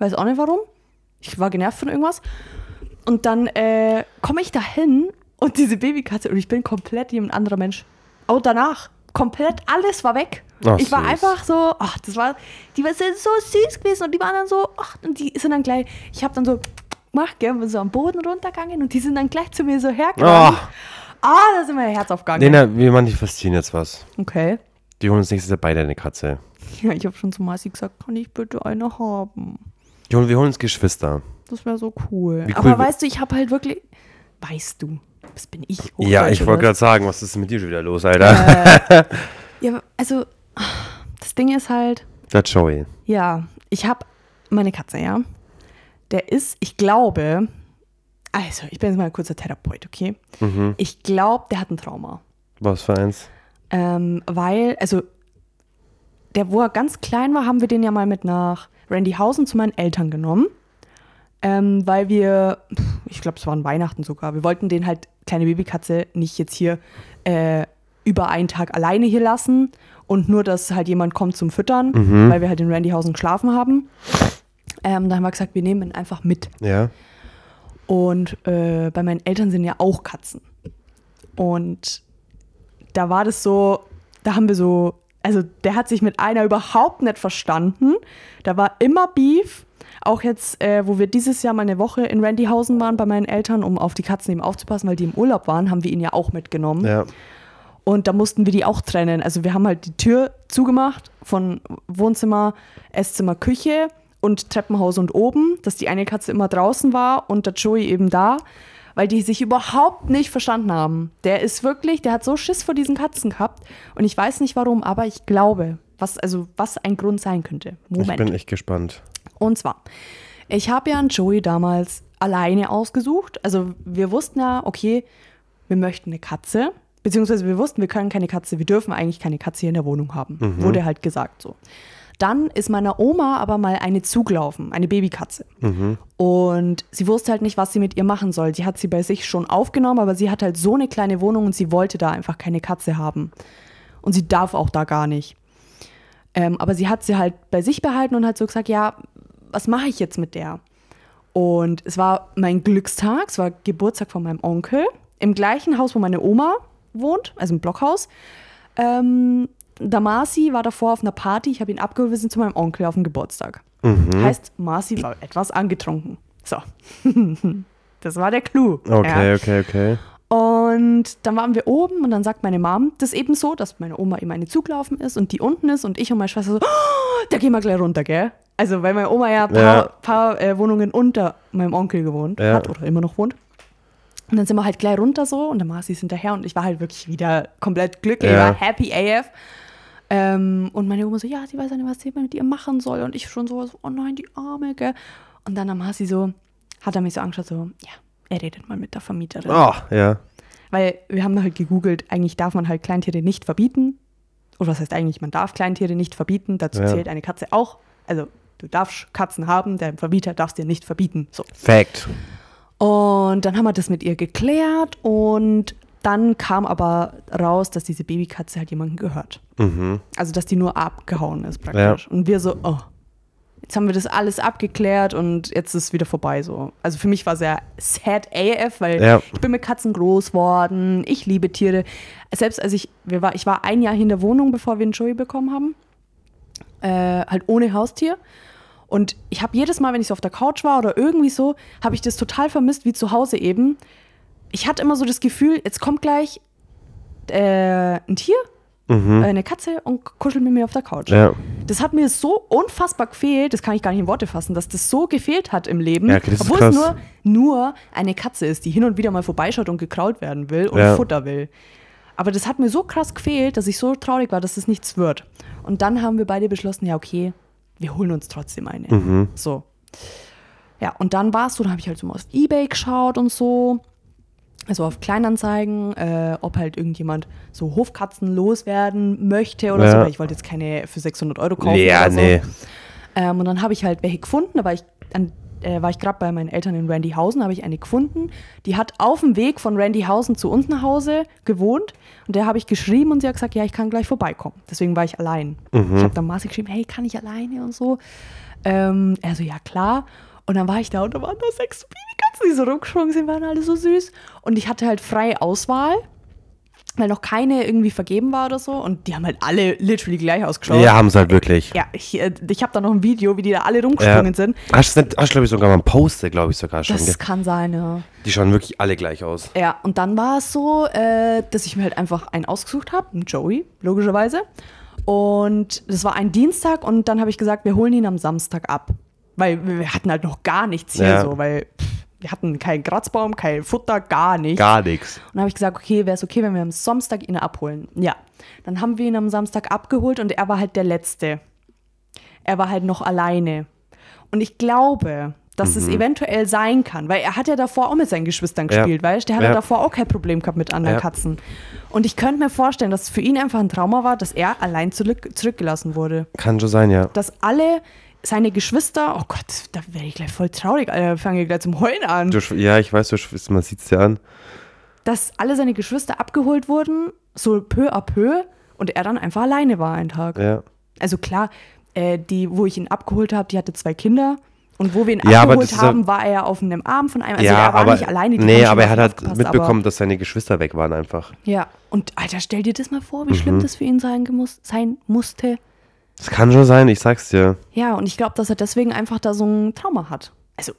Speaker 2: Weiß auch nicht warum. Ich war genervt von irgendwas. Und dann äh, komme ich dahin und diese Babykatze und ich bin komplett jemand anderer Mensch. Auch danach. Komplett alles war weg.
Speaker 1: Ach,
Speaker 2: ich war
Speaker 1: süß.
Speaker 2: einfach so, ach, das war, die war so so süß gewesen und die waren dann so, ach, und die sind dann gleich, ich habe dann so gemacht, gell, bin so am Boden runtergegangen und die sind dann gleich zu mir so hergegangen.
Speaker 1: Ah. ne.
Speaker 2: Ah, da sind wir Herzaufgang.
Speaker 1: Lena, wir manifestieren jetzt was.
Speaker 2: Okay.
Speaker 1: Die holen uns nächstes Jahr beide eine Katze.
Speaker 2: Ja, ich habe schon zu Marci gesagt, kann ich bitte eine haben?
Speaker 1: Die holen, wir holen uns Geschwister.
Speaker 2: Das wäre so cool.
Speaker 1: Wie cool
Speaker 2: Aber
Speaker 1: wär-
Speaker 2: weißt du, ich habe halt wirklich. Weißt du, das bin ich.
Speaker 1: Ja, ich
Speaker 2: Hochdeutsch,
Speaker 1: wollte
Speaker 2: oder?
Speaker 1: gerade sagen, was ist denn mit dir schon wieder los, Alter?
Speaker 2: Ja, also, das Ding ist halt,
Speaker 1: Das Joey.
Speaker 2: ja, ich habe meine Katze, ja. Der ist, ich glaube, also, ich bin jetzt mal ein kurzer Therapeut, okay? Ich glaube, der hat ein Trauma.
Speaker 1: Was für eins?
Speaker 2: Ähm, weil, also, der, wo er ganz klein war, haben wir den ja mal mit nach Randyhausen zu meinen Eltern genommen. Ähm, weil wir, pf, ich glaube, es waren Weihnachten sogar, wir wollten den halt, kleine Babykatze, nicht jetzt hier äh, über einen Tag alleine hier lassen und nur, dass halt jemand kommt zum Füttern, weil wir halt in Randyhausen geschlafen haben. Ähm, da haben wir gesagt, wir nehmen ihn einfach mit.
Speaker 1: Ja.
Speaker 2: Und äh, bei meinen Eltern sind ja auch Katzen. Und da war das so, da haben wir so, also der hat sich mit einer überhaupt nicht verstanden. Da war immer Beef. Auch jetzt, äh, wo wir dieses Jahr mal eine Woche in Randyhausen waren bei meinen Eltern, um auf die Katzen eben aufzupassen, weil die im Urlaub waren, haben wir ihn ja auch mitgenommen.
Speaker 1: Ja.
Speaker 2: Und da mussten wir die auch trennen. Also wir haben halt die Tür zugemacht von Wohnzimmer, Esszimmer, Küche und Treppenhaus und oben, dass die eine Katze immer draußen war und der Joey eben da, weil die sich überhaupt nicht verstanden haben. Der ist wirklich, der hat so Schiss vor diesen Katzen gehabt und ich weiß nicht warum, aber ich glaube, was also was ein Grund sein könnte.
Speaker 1: Ich bin
Speaker 2: Moment.
Speaker 1: echt gespannt.
Speaker 2: Und zwar, ich habe ja einen Joey damals alleine ausgesucht. Also wir wussten ja, okay, wir möchten eine Katze. Beziehungsweise wir wussten, wir können keine Katze, wir dürfen eigentlich keine Katze hier in der Wohnung haben. Wurde halt gesagt so. Dann ist meiner Oma aber mal eine zugelaufen, eine Babykatze. Und sie wusste halt nicht, was sie mit ihr machen soll. Die hat sie bei sich schon aufgenommen, aber sie hat halt so eine kleine Wohnung und sie wollte da einfach keine Katze haben. Und sie darf auch da gar nicht. Ähm, aber sie hat sie halt bei sich behalten und hat so gesagt, ja, was mache ich jetzt mit der? Und es war mein Glückstag, es war Geburtstag von meinem Onkel, im gleichen Haus, wo meine Oma wohnt, also im Blockhaus. Ähm, der Marci war davor auf einer Party, ich habe ihn abgewiesen zu meinem Onkel auf dem Geburtstag. Heißt, Marci war etwas angetrunken. So. das war der Clou.
Speaker 1: Okay,
Speaker 2: ja.
Speaker 1: okay, okay.
Speaker 2: Und dann waren wir oben und dann sagt meine Mom das eben so, dass meine Oma eben eine zugelaufen ist und die unten ist und ich und meine Schwester so, oh, da gehen wir gleich runter, gell? Also, weil meine Oma ja ein paar,
Speaker 1: Ja.
Speaker 2: paar äh, Wohnungen unter meinem Onkel gewohnt
Speaker 1: Ja.
Speaker 2: hat oder immer noch wohnt. Und dann sind wir halt gleich runter so und dann war sie es hinterher und ich war halt wirklich wieder komplett glücklich,
Speaker 1: Ja.
Speaker 2: war happy AF. Ähm, und meine Oma so, ja, sie weiß ja nicht, was sie mit ihr machen soll. Und ich schon so, so, oh nein, die Arme, gell? Und dann war sie so, hat er mich so angeschaut, so, ja, er redet mal mit der Vermieterin.
Speaker 1: Oh, ja.
Speaker 2: Weil wir haben halt gegoogelt, eigentlich darf man halt Kleintiere nicht verbieten. Oder was heißt eigentlich, man darf Kleintiere nicht verbieten, dazu
Speaker 1: Ja.
Speaker 2: zählt eine Katze auch. Also du darfst Katzen haben, dein Vermieter darfst dir nicht verbieten. So.
Speaker 1: Fact.
Speaker 2: Und dann haben wir das mit ihr geklärt und dann kam aber raus, dass diese Babykatze halt jemandem gehört.
Speaker 1: Mhm.
Speaker 2: Also dass die nur abgehauen ist praktisch. Und wir so, oh, jetzt haben wir das alles abgeklärt und jetzt ist es wieder vorbei so. Also für mich war sehr sad AF, weil
Speaker 1: Ja.
Speaker 2: ich bin mit Katzen groß worden, ich liebe Tiere. Selbst als ich, wir war, ich war ein Jahr hier in der Wohnung, bevor wir einen Joey bekommen haben, äh, halt ohne Haustier. Und ich habe jedes Mal, wenn ich so auf der Couch war oder irgendwie so, habe ich das total vermisst, wie zu Hause eben. Ich hatte immer so das Gefühl, jetzt kommt gleich äh, ein Tier, äh, eine Katze und kuschelt mit mir auf der Couch.
Speaker 1: Mhm. Ja.
Speaker 2: Das hat mir so unfassbar gefehlt, das kann ich gar nicht in Worte fassen, dass das so gefehlt hat im Leben.
Speaker 1: Ja, okay, das ist
Speaker 2: obwohl
Speaker 1: krass.
Speaker 2: es nur, nur eine Katze ist, die hin und wieder mal vorbeischaut und gekraut werden will und
Speaker 1: Ja.
Speaker 2: Futter will. Aber das hat mir so krass gefehlt, dass ich so traurig war, dass es nichts wird. Und dann haben wir beide beschlossen, ja, okay, wir holen uns trotzdem eine.
Speaker 1: Mhm.
Speaker 2: So. Ja, und dann war es so, dann habe ich halt so mal auf Ebay geschaut und so. Also auf Kleinanzeigen, äh, ob halt irgendjemand so Hofkatzen loswerden möchte oder
Speaker 1: Ja.
Speaker 2: so. Weil ich wollte jetzt keine für 600 Euro kaufen.
Speaker 1: Ja,
Speaker 2: oder so.
Speaker 1: nee.
Speaker 2: Ähm, und dann habe ich halt welche gefunden, aber ich, an, äh, war ich gerade bei meinen Eltern in Randyhausen, habe ich eine gefunden. Die hat auf dem Weg von Randyhausen zu uns nach Hause gewohnt. Und der habe ich geschrieben und sie hat gesagt, ja, ich kann gleich vorbeikommen. Deswegen war ich allein. Ich habe dann Marci geschrieben, hey, kann ich alleine und so. Ähm, er so, ja klar. Und dann war ich da und da waren da sechs Babykatzen, die so rumgesprungen sind, waren alle so süß. Und ich hatte halt freie Auswahl, weil noch keine irgendwie vergeben war oder so. Und die haben halt alle literally gleich ausgeschaut.
Speaker 1: Ja, haben es halt wirklich.
Speaker 2: Ja, ich, äh, ich habe da noch ein Video, wie die da alle rumgesprungen sind.
Speaker 1: Hast du, hast, glaube ich, sogar mal einen Poster, glaube ich, sogar schon.
Speaker 2: Das
Speaker 1: gell?
Speaker 2: kann sein, ja.
Speaker 1: Die schauen wirklich alle gleich aus.
Speaker 2: Ja, und dann war es so, äh, dass ich mir halt einfach einen ausgesucht habe, einen Joey, logischerweise. Und das war ein Dienstag und dann habe ich gesagt, wir holen ihn am Samstag ab. Weil wir hatten halt noch gar nichts hier
Speaker 1: Ja.
Speaker 2: so, weil pff, wir hatten keinen Kratzbaum, kein Futter, gar nichts.
Speaker 1: Gar nichts.
Speaker 2: Und dann habe ich gesagt, okay, wäre es okay, wenn wir am Samstag ihn abholen. Ja. Dann haben wir ihn am Samstag abgeholt und er war halt der Letzte. Er war halt noch alleine. Und ich glaube, dass es eventuell sein kann, weil er hat ja davor auch mit seinen Geschwistern
Speaker 1: Mhm. Ja.
Speaker 2: gespielt, weißt du? Der hat ja.
Speaker 1: Ja.
Speaker 2: davor auch kein Problem gehabt mit anderen
Speaker 1: Ja.
Speaker 2: Katzen. Und ich könnte mir vorstellen, dass es für ihn einfach ein Trauma war, dass er allein zurück, zurückgelassen wurde.
Speaker 1: Kann schon sein, ja.
Speaker 2: Dass alle seine Geschwister, oh Gott, da werde ich gleich voll traurig, Alter, fange ich gleich zum Heulen an
Speaker 1: Du, sch- ja, ich weiß, du, sch- man sieht es ja an.
Speaker 2: dass alle seine Geschwister abgeholt wurden, so peu à peu, und er dann einfach alleine war einen Tag.
Speaker 1: Ja,
Speaker 2: Also klar, äh, die, wo ich ihn abgeholt habe, die hatte zwei Kinder. Und wo wir ihn
Speaker 1: Ja, aber
Speaker 2: abgeholt
Speaker 1: das ist ja-
Speaker 2: haben, war er auf einem Arm von einem. Also
Speaker 1: ja
Speaker 2: er war nicht alleine. die
Speaker 1: nee,
Speaker 2: haben schon
Speaker 1: aber er hat
Speaker 2: auf ihn
Speaker 1: halt
Speaker 2: aufgepasst,
Speaker 1: mitbekommen, dass seine Geschwister weg waren einfach.
Speaker 2: Aber, ja, und Alter, stell dir das mal vor, wie
Speaker 1: Mhm.
Speaker 2: schlimm das für ihn sein, gemus- sein musste.
Speaker 1: Das kann schon sein, ich sag's dir.
Speaker 2: Ja, und ich glaube, dass er deswegen einfach da so ein Trauma hat. Also,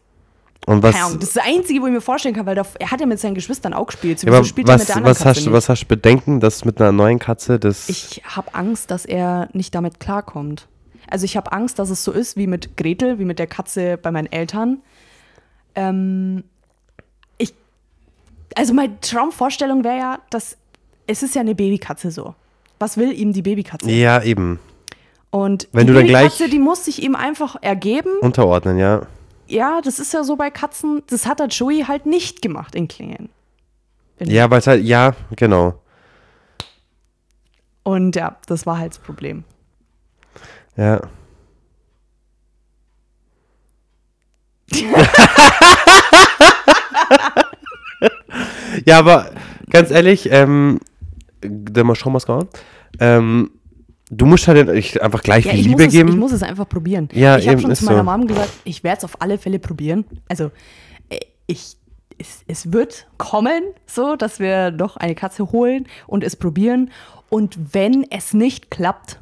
Speaker 1: Und was,
Speaker 2: keine Ahnung, das ist das Einzige, wo ich mir vorstellen kann, weil da, er hat ja mit seinen Geschwistern auch gespielt. So
Speaker 1: ja,
Speaker 2: wieso
Speaker 1: aber
Speaker 2: spielt er mit
Speaker 1: was,
Speaker 2: der anderen
Speaker 1: was,
Speaker 2: Katze
Speaker 1: hast, du-
Speaker 2: nicht?
Speaker 1: was hast du Bedenken, dass mit einer neuen Katze das.
Speaker 2: Ich habe Angst, dass er nicht damit klarkommt. Also ich habe Angst, dass es so ist wie mit Gretel, wie mit der Katze bei meinen Eltern. Ähm, ich, also meine Traumvorstellung wäre ja, dass es ist ja eine Babykatze so. Was will ihm die Babykatze?
Speaker 1: ja, eben.
Speaker 2: Und
Speaker 1: Wenn
Speaker 2: die
Speaker 1: du dann gleich-
Speaker 2: Babykatze, die muss sich ihm einfach ergeben.
Speaker 1: Unterordnen, ja.
Speaker 2: Ja, das ist ja so bei Katzen. Das hat der Joey halt nicht gemacht in Klingen.
Speaker 1: Ja, weil es halt, ja, genau.
Speaker 2: Und ja, das war halt das Problem.
Speaker 1: Ja. ja, aber ganz ehrlich, ähm, der mal schauen, was gehauen. Ähm, du musst halt ich, einfach gleich
Speaker 2: Ja,
Speaker 1: viel
Speaker 2: ich
Speaker 1: Liebe
Speaker 2: muss, es, ich
Speaker 1: geben.
Speaker 2: muss es einfach probieren.
Speaker 1: Ja,
Speaker 2: ich habe
Speaker 1: eben,
Speaker 2: schon
Speaker 1: ist
Speaker 2: zu meiner
Speaker 1: so.
Speaker 2: Mom gesagt, ich werde es auf alle Fälle probieren. Also äh, ich, es, es wird kommen, so, dass wir noch eine Katze holen und es probieren. Und wenn es nicht klappt,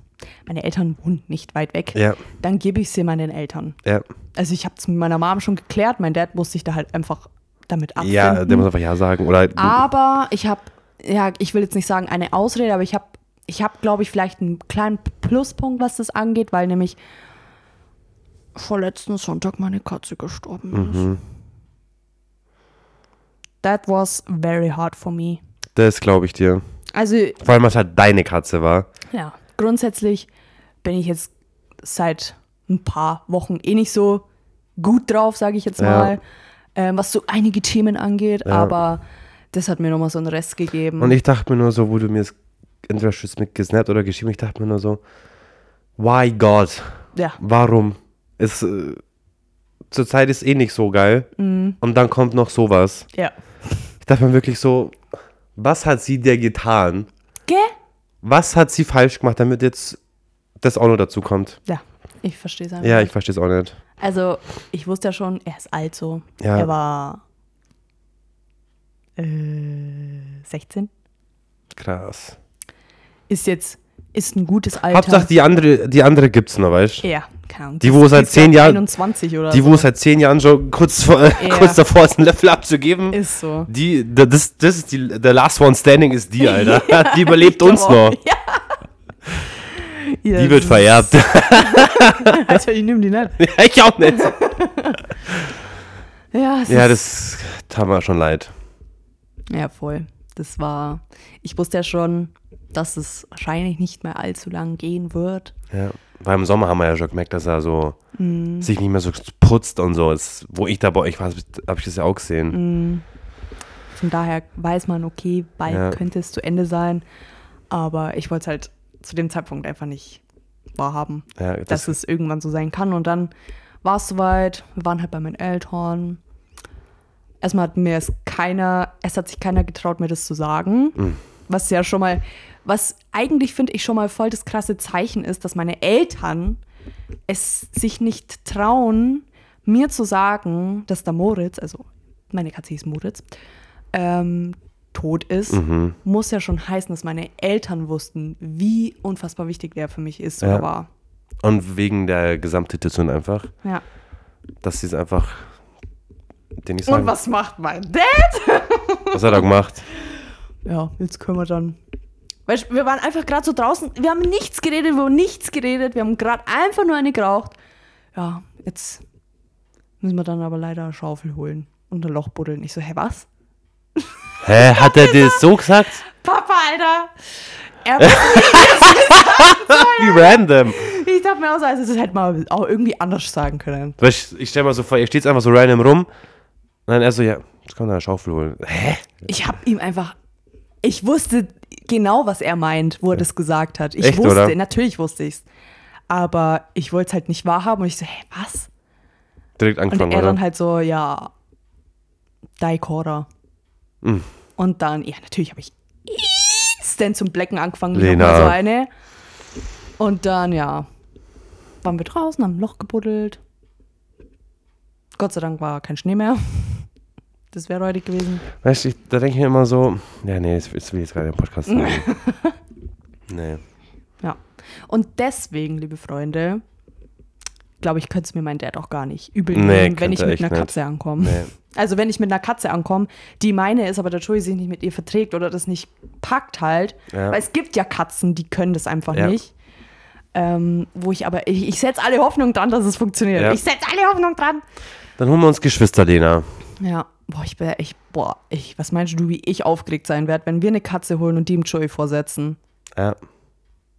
Speaker 2: meine Eltern wohnen nicht weit weg,
Speaker 1: Ja.
Speaker 2: dann gebe ich sie meinen Eltern.
Speaker 1: ja,
Speaker 2: Also ich habe es mit meiner Mom schon geklärt. Mein Dad muss sich da halt einfach damit abfinden.
Speaker 1: ja der muss einfach Ja sagen. Oder
Speaker 2: Aber ich habe, ja, ich will jetzt nicht sagen eine Ausrede, aber ich habe, ich habe, glaube ich, vielleicht einen kleinen Pluspunkt, was das angeht, weil nämlich vorletzten Sonntag meine Katze gestorben ist.
Speaker 1: Mhm.
Speaker 2: That was very hard for me.
Speaker 1: das glaube ich dir.
Speaker 2: Also,
Speaker 1: Vor allem, was halt deine Katze war.
Speaker 2: ja, grundsätzlich bin ich jetzt seit ein paar Wochen eh nicht so gut drauf, sage ich jetzt
Speaker 1: Ja.
Speaker 2: mal, ähm, was so einige Themen angeht,
Speaker 1: Ja.
Speaker 2: aber das hat mir nochmal so einen Rest gegeben.
Speaker 1: Und ich dachte mir nur so, wo du mir es entweder schützt mit gesnappt oder geschrieben, ich dachte mir nur so, why God?
Speaker 2: ja.
Speaker 1: Warum? Es, äh, zurzeit ist eh nicht so geil.
Speaker 2: Mhm.
Speaker 1: Und dann kommt noch sowas.
Speaker 2: Ja.
Speaker 1: Ich dachte mir wirklich so, was hat sie dir getan?
Speaker 2: Gell?
Speaker 1: Was hat sie falsch gemacht, damit jetzt das auch noch dazu kommt?
Speaker 2: Ja, ich verstehe es einfach.
Speaker 1: Ja, ich
Speaker 2: nicht.
Speaker 1: verstehe es auch nicht.
Speaker 2: also, ich wusste ja schon, er ist alt so.
Speaker 1: Ja.
Speaker 2: Er war äh, 16.
Speaker 1: Krass.
Speaker 2: Ist jetzt, ist ein gutes Alter.
Speaker 1: Hauptsache, die andere, die andere gibt's noch, weißt du?
Speaker 2: ja, keine Ahnung.
Speaker 1: Die, wo
Speaker 2: ist-
Speaker 1: seit
Speaker 2: ist ja
Speaker 1: 10 Jahren-
Speaker 2: 21 oder
Speaker 1: Die,
Speaker 2: so.
Speaker 1: wo es seit zehn Jahren schon kurz, vor, kurz davor ist, einen Löffel abzugeben.
Speaker 2: Ist so.
Speaker 1: Die, da- das, das ist die, der Last One Standing ist die, Alter. die
Speaker 2: Ich
Speaker 1: überlebt
Speaker 2: glaub
Speaker 1: uns
Speaker 2: auch.
Speaker 1: noch.
Speaker 2: Ja. Ja,
Speaker 1: Die wird
Speaker 2: das-
Speaker 1: vererbt.
Speaker 2: Alter, ich nehme die nicht.
Speaker 1: ich auch nicht.
Speaker 2: Ja, es
Speaker 1: Ja,
Speaker 2: ist-
Speaker 1: das tat mir schon leid.
Speaker 2: Ja, voll. Das war. Ich wusste ja schon, dass es wahrscheinlich nicht mehr allzu lang gehen wird.
Speaker 1: Ja. Weil im Sommer haben wir ja schon gemerkt, dass er so
Speaker 2: Mhm.
Speaker 1: sich nicht mehr so putzt und so. Das, wo ich da bei euch war, habe ich das ja auch
Speaker 2: Mhm.
Speaker 1: gesehen.
Speaker 2: Von daher weiß man, okay, bald
Speaker 1: Ja.
Speaker 2: könnte es zu Ende sein. Aber ich wollte es halt zu dem Zeitpunkt einfach nicht wahrhaben,
Speaker 1: Ja,
Speaker 2: dass
Speaker 1: das,
Speaker 2: es irgendwann so sein kann. Und dann war es soweit. Wir waren halt bei meinen Eltern. Erstmal hat mir es keiner, es hat sich keiner getraut, mir das zu sagen.
Speaker 1: Mhm.
Speaker 2: Was ja schon mal, was eigentlich finde ich schon mal voll das krasse Zeichen ist, dass meine Eltern es sich nicht trauen, mir zu sagen, dass der Moritz, also meine Katze hieß Moritz, ähm, tot ist,
Speaker 1: Mhm.
Speaker 2: muss ja schon heißen, dass meine Eltern wussten, wie unfassbar wichtig der für mich ist
Speaker 1: Ja.
Speaker 2: oder war.
Speaker 1: Und wegen der Gesamtsituation einfach,
Speaker 2: Ja.
Speaker 1: dass sie es einfach den ich
Speaker 2: Und
Speaker 1: sagen. Was?
Speaker 2: was macht mein Dad?
Speaker 1: was hat er gemacht?
Speaker 2: Ja, jetzt können wir dann. Weißt, du, wir waren einfach gerade so draußen, wir haben nichts geredet, wir haben nichts geredet, wir haben gerade einfach nur eine geraucht. Ja, jetzt müssen wir dann aber leider eine Schaufel holen und ein Loch buddeln. Ich so, hä, was?
Speaker 1: Hä, hat er dir das so gesagt?
Speaker 2: Papa, Alter! Er,
Speaker 1: Wie random.
Speaker 2: ich dachte mir auch so, also das hätte man auch irgendwie anders sagen können.
Speaker 1: Weil Ich, ich stell mal so vor, ihr steht einfach so random rum. Und dann er so, ja, jetzt kann man eine Schaufel holen. Hä?
Speaker 2: Ich habe ihm einfach. Ich wusste genau, was er meint, wo er das gesagt hat. Ich
Speaker 1: Echt,
Speaker 2: wusste,
Speaker 1: oder?
Speaker 2: natürlich wusste ich's. Aber ich wollte es halt nicht wahrhaben und ich so, hä, was?
Speaker 1: Direkt
Speaker 2: Und
Speaker 1: angefangen,
Speaker 2: er
Speaker 1: oder?
Speaker 2: dann halt so, ja, Daikora.
Speaker 1: Hm.
Speaker 2: Und dann, ja, natürlich habe ich instant zum Blecken angefangen, wie
Speaker 1: Lena.
Speaker 2: noch mal so eine. Und dann, ja, waren wir draußen, haben ein Loch gebuddelt. Gott sei Dank war kein Schnee mehr. Das wäre räudig gewesen.
Speaker 1: Weißt du, ich, da denke ich mir immer so, ja, nee, das, das will ich jetzt gar nicht im Podcast sagen. nee.
Speaker 2: Ja. Und deswegen, liebe Freunde, glaube ich, könnte es mir mein Dad auch gar nicht übel
Speaker 1: Nee,
Speaker 2: nehmen, wenn
Speaker 1: könnte
Speaker 2: ich
Speaker 1: er
Speaker 2: mit
Speaker 1: echt
Speaker 2: einer
Speaker 1: nicht.
Speaker 2: Katze ankomme.
Speaker 1: Nee.
Speaker 2: Also wenn ich mit einer Katze ankomme, die meine ist, aber der Joey sich nicht mit ihr verträgt oder das nicht packt halt.
Speaker 1: Ja.
Speaker 2: Weil es gibt ja Katzen, die können das einfach
Speaker 1: Ja.
Speaker 2: nicht. Ähm, wo ich aber, ich, ich setze alle Hoffnung dran, dass es funktioniert.
Speaker 1: Ja.
Speaker 2: Ich setze alle Hoffnung dran.
Speaker 1: Dann holen wir uns Geschwister, Lena.
Speaker 2: Ja, boah, ich bin ja echt, boah, ich, was meinst du, wie ich aufgeregt sein werde, wenn wir eine Katze holen und die dem Joey vorsetzen?
Speaker 1: Ja.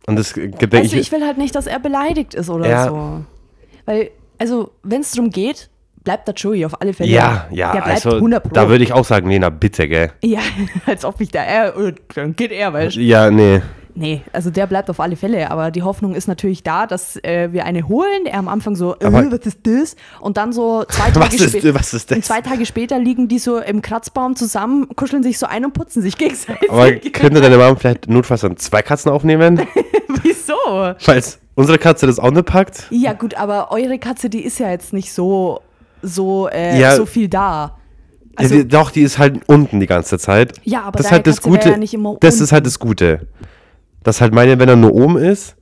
Speaker 1: Und das gibt, denke
Speaker 2: Also
Speaker 1: ich,
Speaker 2: ich will halt nicht, dass er beleidigt ist oder
Speaker 1: Ja.
Speaker 2: so. Weil, also, wenn es darum geht, bleibt der Joey auf alle Fälle.
Speaker 1: ja, ja,
Speaker 2: der bleibt
Speaker 1: also
Speaker 2: 100 Pro.
Speaker 1: da würde ich auch sagen, Lena, bitte, gell?
Speaker 2: ja, als ob ich da, er, dann geht er, weißt du.
Speaker 1: Ja, nee.
Speaker 2: Nee, also der bleibt auf alle Fälle, aber die Hoffnung ist natürlich da, dass äh, wir eine holen, er am Anfang so, äh,
Speaker 1: Aber-
Speaker 2: was ist das? Und dann so zwei Tage
Speaker 1: Was ist,
Speaker 2: später.
Speaker 1: was ist
Speaker 2: Und
Speaker 1: das?
Speaker 2: zwei Tage später liegen die so im Kratzbaum zusammen, kuscheln sich so ein und putzen sich gegenseitig.
Speaker 1: Aber könnte deine Mom vielleicht notfalls dann zwei Katzen aufnehmen?
Speaker 2: Wieso?
Speaker 1: Falls unsere Katze das auch nicht packt?
Speaker 2: Ja, gut, aber eure Katze, die ist ja jetzt nicht so, so, äh,
Speaker 1: Ja.
Speaker 2: so viel da.
Speaker 1: Ja,
Speaker 2: Also-
Speaker 1: die, doch, die ist halt unten die ganze Zeit.
Speaker 2: Ja, aber
Speaker 1: das ist
Speaker 2: deine
Speaker 1: halt das
Speaker 2: Katze wär
Speaker 1: Gute.
Speaker 2: ja nicht immer
Speaker 1: das ist halt das Gute. Das halt meine, wenn er nur oben ist.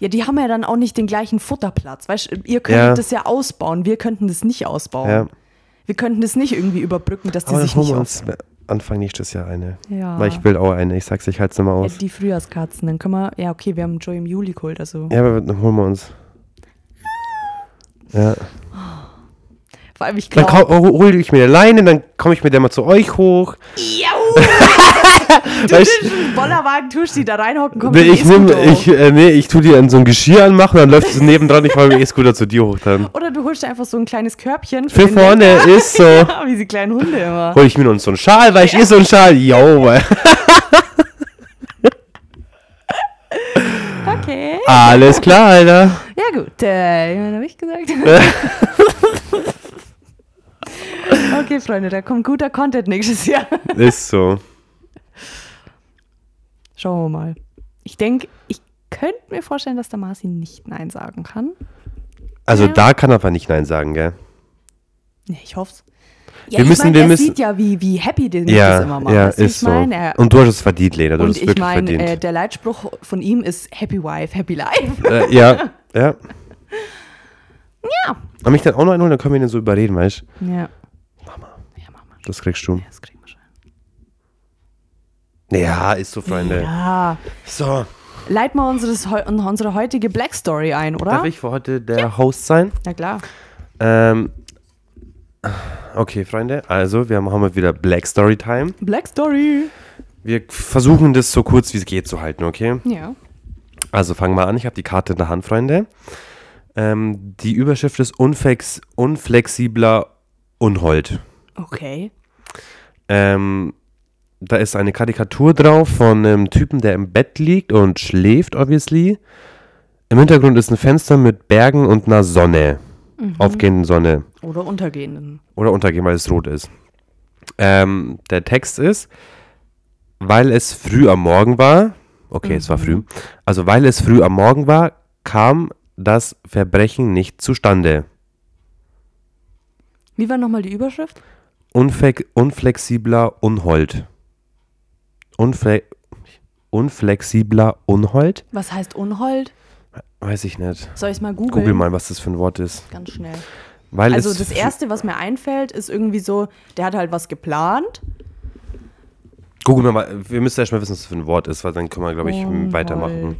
Speaker 2: Ja, die haben ja dann auch nicht den gleichen Futterplatz. Weißt du, ihr könnt
Speaker 1: Ja.
Speaker 2: das ja ausbauen, wir könnten das nicht ausbauen.
Speaker 1: Ja.
Speaker 2: Wir könnten das nicht irgendwie überbrücken, dass die
Speaker 1: Aber
Speaker 2: sich
Speaker 1: dann holen
Speaker 2: nicht
Speaker 1: wir
Speaker 2: auf
Speaker 1: uns Anfang nächstes Jahr eine.
Speaker 2: Ja.
Speaker 1: Weil ich will auch eine. Ich sag's, ich halt's immer
Speaker 2: Ja,
Speaker 1: aus.
Speaker 2: die Frühjahrskatzen, dann können wir, ja okay, wir haben Joey im Juli geholt, also.
Speaker 1: Ja, aber dann holen wir uns. Ja.
Speaker 2: Vor allem, ich
Speaker 1: Dann
Speaker 2: glaube,
Speaker 1: kau- hol hol ich mir eine Leine, dann komme ich mit der mal zu euch hoch.
Speaker 2: du
Speaker 1: Weißt-
Speaker 2: den Bollerwagen tust, die da reinhocken, kommt
Speaker 1: Nee, ich,
Speaker 2: mit dem
Speaker 1: nehm,
Speaker 2: E-Scooter
Speaker 1: ich,
Speaker 2: hoch.
Speaker 1: äh, nee, ich tu dir an so ein Geschirr anmachen, dann läuft es nebendran, ich fahre mit dem E-Scooter zu dir hoch dann.
Speaker 2: Oder du holst dir einfach so ein kleines Körbchen.
Speaker 1: Für
Speaker 2: den
Speaker 1: vorne ist so.
Speaker 2: Winter, wie diese kleinen Hunde immer.
Speaker 1: Hol ich mir noch so einen Schal, weil ich eh so einen Schal. Yo, weil-
Speaker 2: Okay.
Speaker 1: alles klar, Alter.
Speaker 2: Ja gut, äh, ja, habe ich gesagt. okay, Freunde, da kommt guter Content nächstes Jahr.
Speaker 1: Ist so.
Speaker 2: Schauen wir mal. Ich denke, ich könnte mir vorstellen, dass der Marci nicht Nein sagen kann.
Speaker 1: Also
Speaker 2: Ja.
Speaker 1: da kann er aber nicht Nein sagen, gell?
Speaker 2: Nee, ich hoffe es. Ja,
Speaker 1: Wir
Speaker 2: ich
Speaker 1: müssen-
Speaker 2: mein,
Speaker 1: wir
Speaker 2: er
Speaker 1: müssen-
Speaker 2: sieht ja, wie, wie happy den das immer
Speaker 1: Ja,
Speaker 2: macht.
Speaker 1: ja,
Speaker 2: weißt du, wie
Speaker 1: ist
Speaker 2: ich
Speaker 1: so.
Speaker 2: mein, er,
Speaker 1: Und du hast es verdient, Lena. Du hast
Speaker 2: und
Speaker 1: es
Speaker 2: ich
Speaker 1: wirklich
Speaker 2: meine, äh,
Speaker 1: verdient.
Speaker 2: der Leitspruch von ihm ist Happy Wife, Happy Life.
Speaker 1: Äh, ja, ja.
Speaker 2: Ja.
Speaker 1: Kann mich dann auch noch einholen, dann können wir den so überreden, weißt du?
Speaker 2: Ja,
Speaker 1: Mama,
Speaker 2: ja Mama,
Speaker 1: das kriegst du.
Speaker 2: das kriegen wir schon.
Speaker 1: Ja, ist so, Freunde.
Speaker 2: Ja.
Speaker 1: So,
Speaker 2: Leit mal unseres, heu- unsere heutige Black Story ein, oder?
Speaker 1: darf ich für heute der Host sein?
Speaker 2: Na klar.
Speaker 1: Ähm, okay, Freunde, also wir haben mal wieder Black Story Time.
Speaker 2: Black Story.
Speaker 1: Wir versuchen das so kurz wie es geht zu halten, okay?
Speaker 2: Ja.
Speaker 1: Also fangen wir an. Ich habe die Karte in der Hand, Freunde. Ähm, die Überschrift ist unflex unflexibler Unhold.
Speaker 2: Okay.
Speaker 1: Ähm, da ist eine Karikatur drauf von einem Typen, der im Bett liegt und schläft, obviously. Im Hintergrund ist ein Fenster mit Bergen und einer Sonne. aufgehenden Sonne
Speaker 2: Oder untergehenden.
Speaker 1: oder untergehen, weil es rot ist. Ähm, der Text ist, weil es früh am Morgen war, okay, es war früh, also weil es früh am Morgen war, kam das Verbrechen nicht zustande.
Speaker 2: Wie war nochmal die Überschrift?
Speaker 1: Unflex unflexibler Unhold. Unfle unflexibler Unhold?
Speaker 2: Was heißt Unhold?
Speaker 1: Weiß ich nicht.
Speaker 2: Soll ich es mal googeln?
Speaker 1: Google mal, was das für ein Wort ist.
Speaker 2: Ganz schnell.
Speaker 1: Weil
Speaker 2: Also
Speaker 1: es
Speaker 2: das
Speaker 1: frü-
Speaker 2: Erste, was mir einfällt, ist irgendwie so, der hat halt was geplant.
Speaker 1: Google mal, wir müssen erstmal wissen, was das für ein Wort ist, weil dann können wir, glaube ich,
Speaker 2: Unhold.
Speaker 1: weitermachen.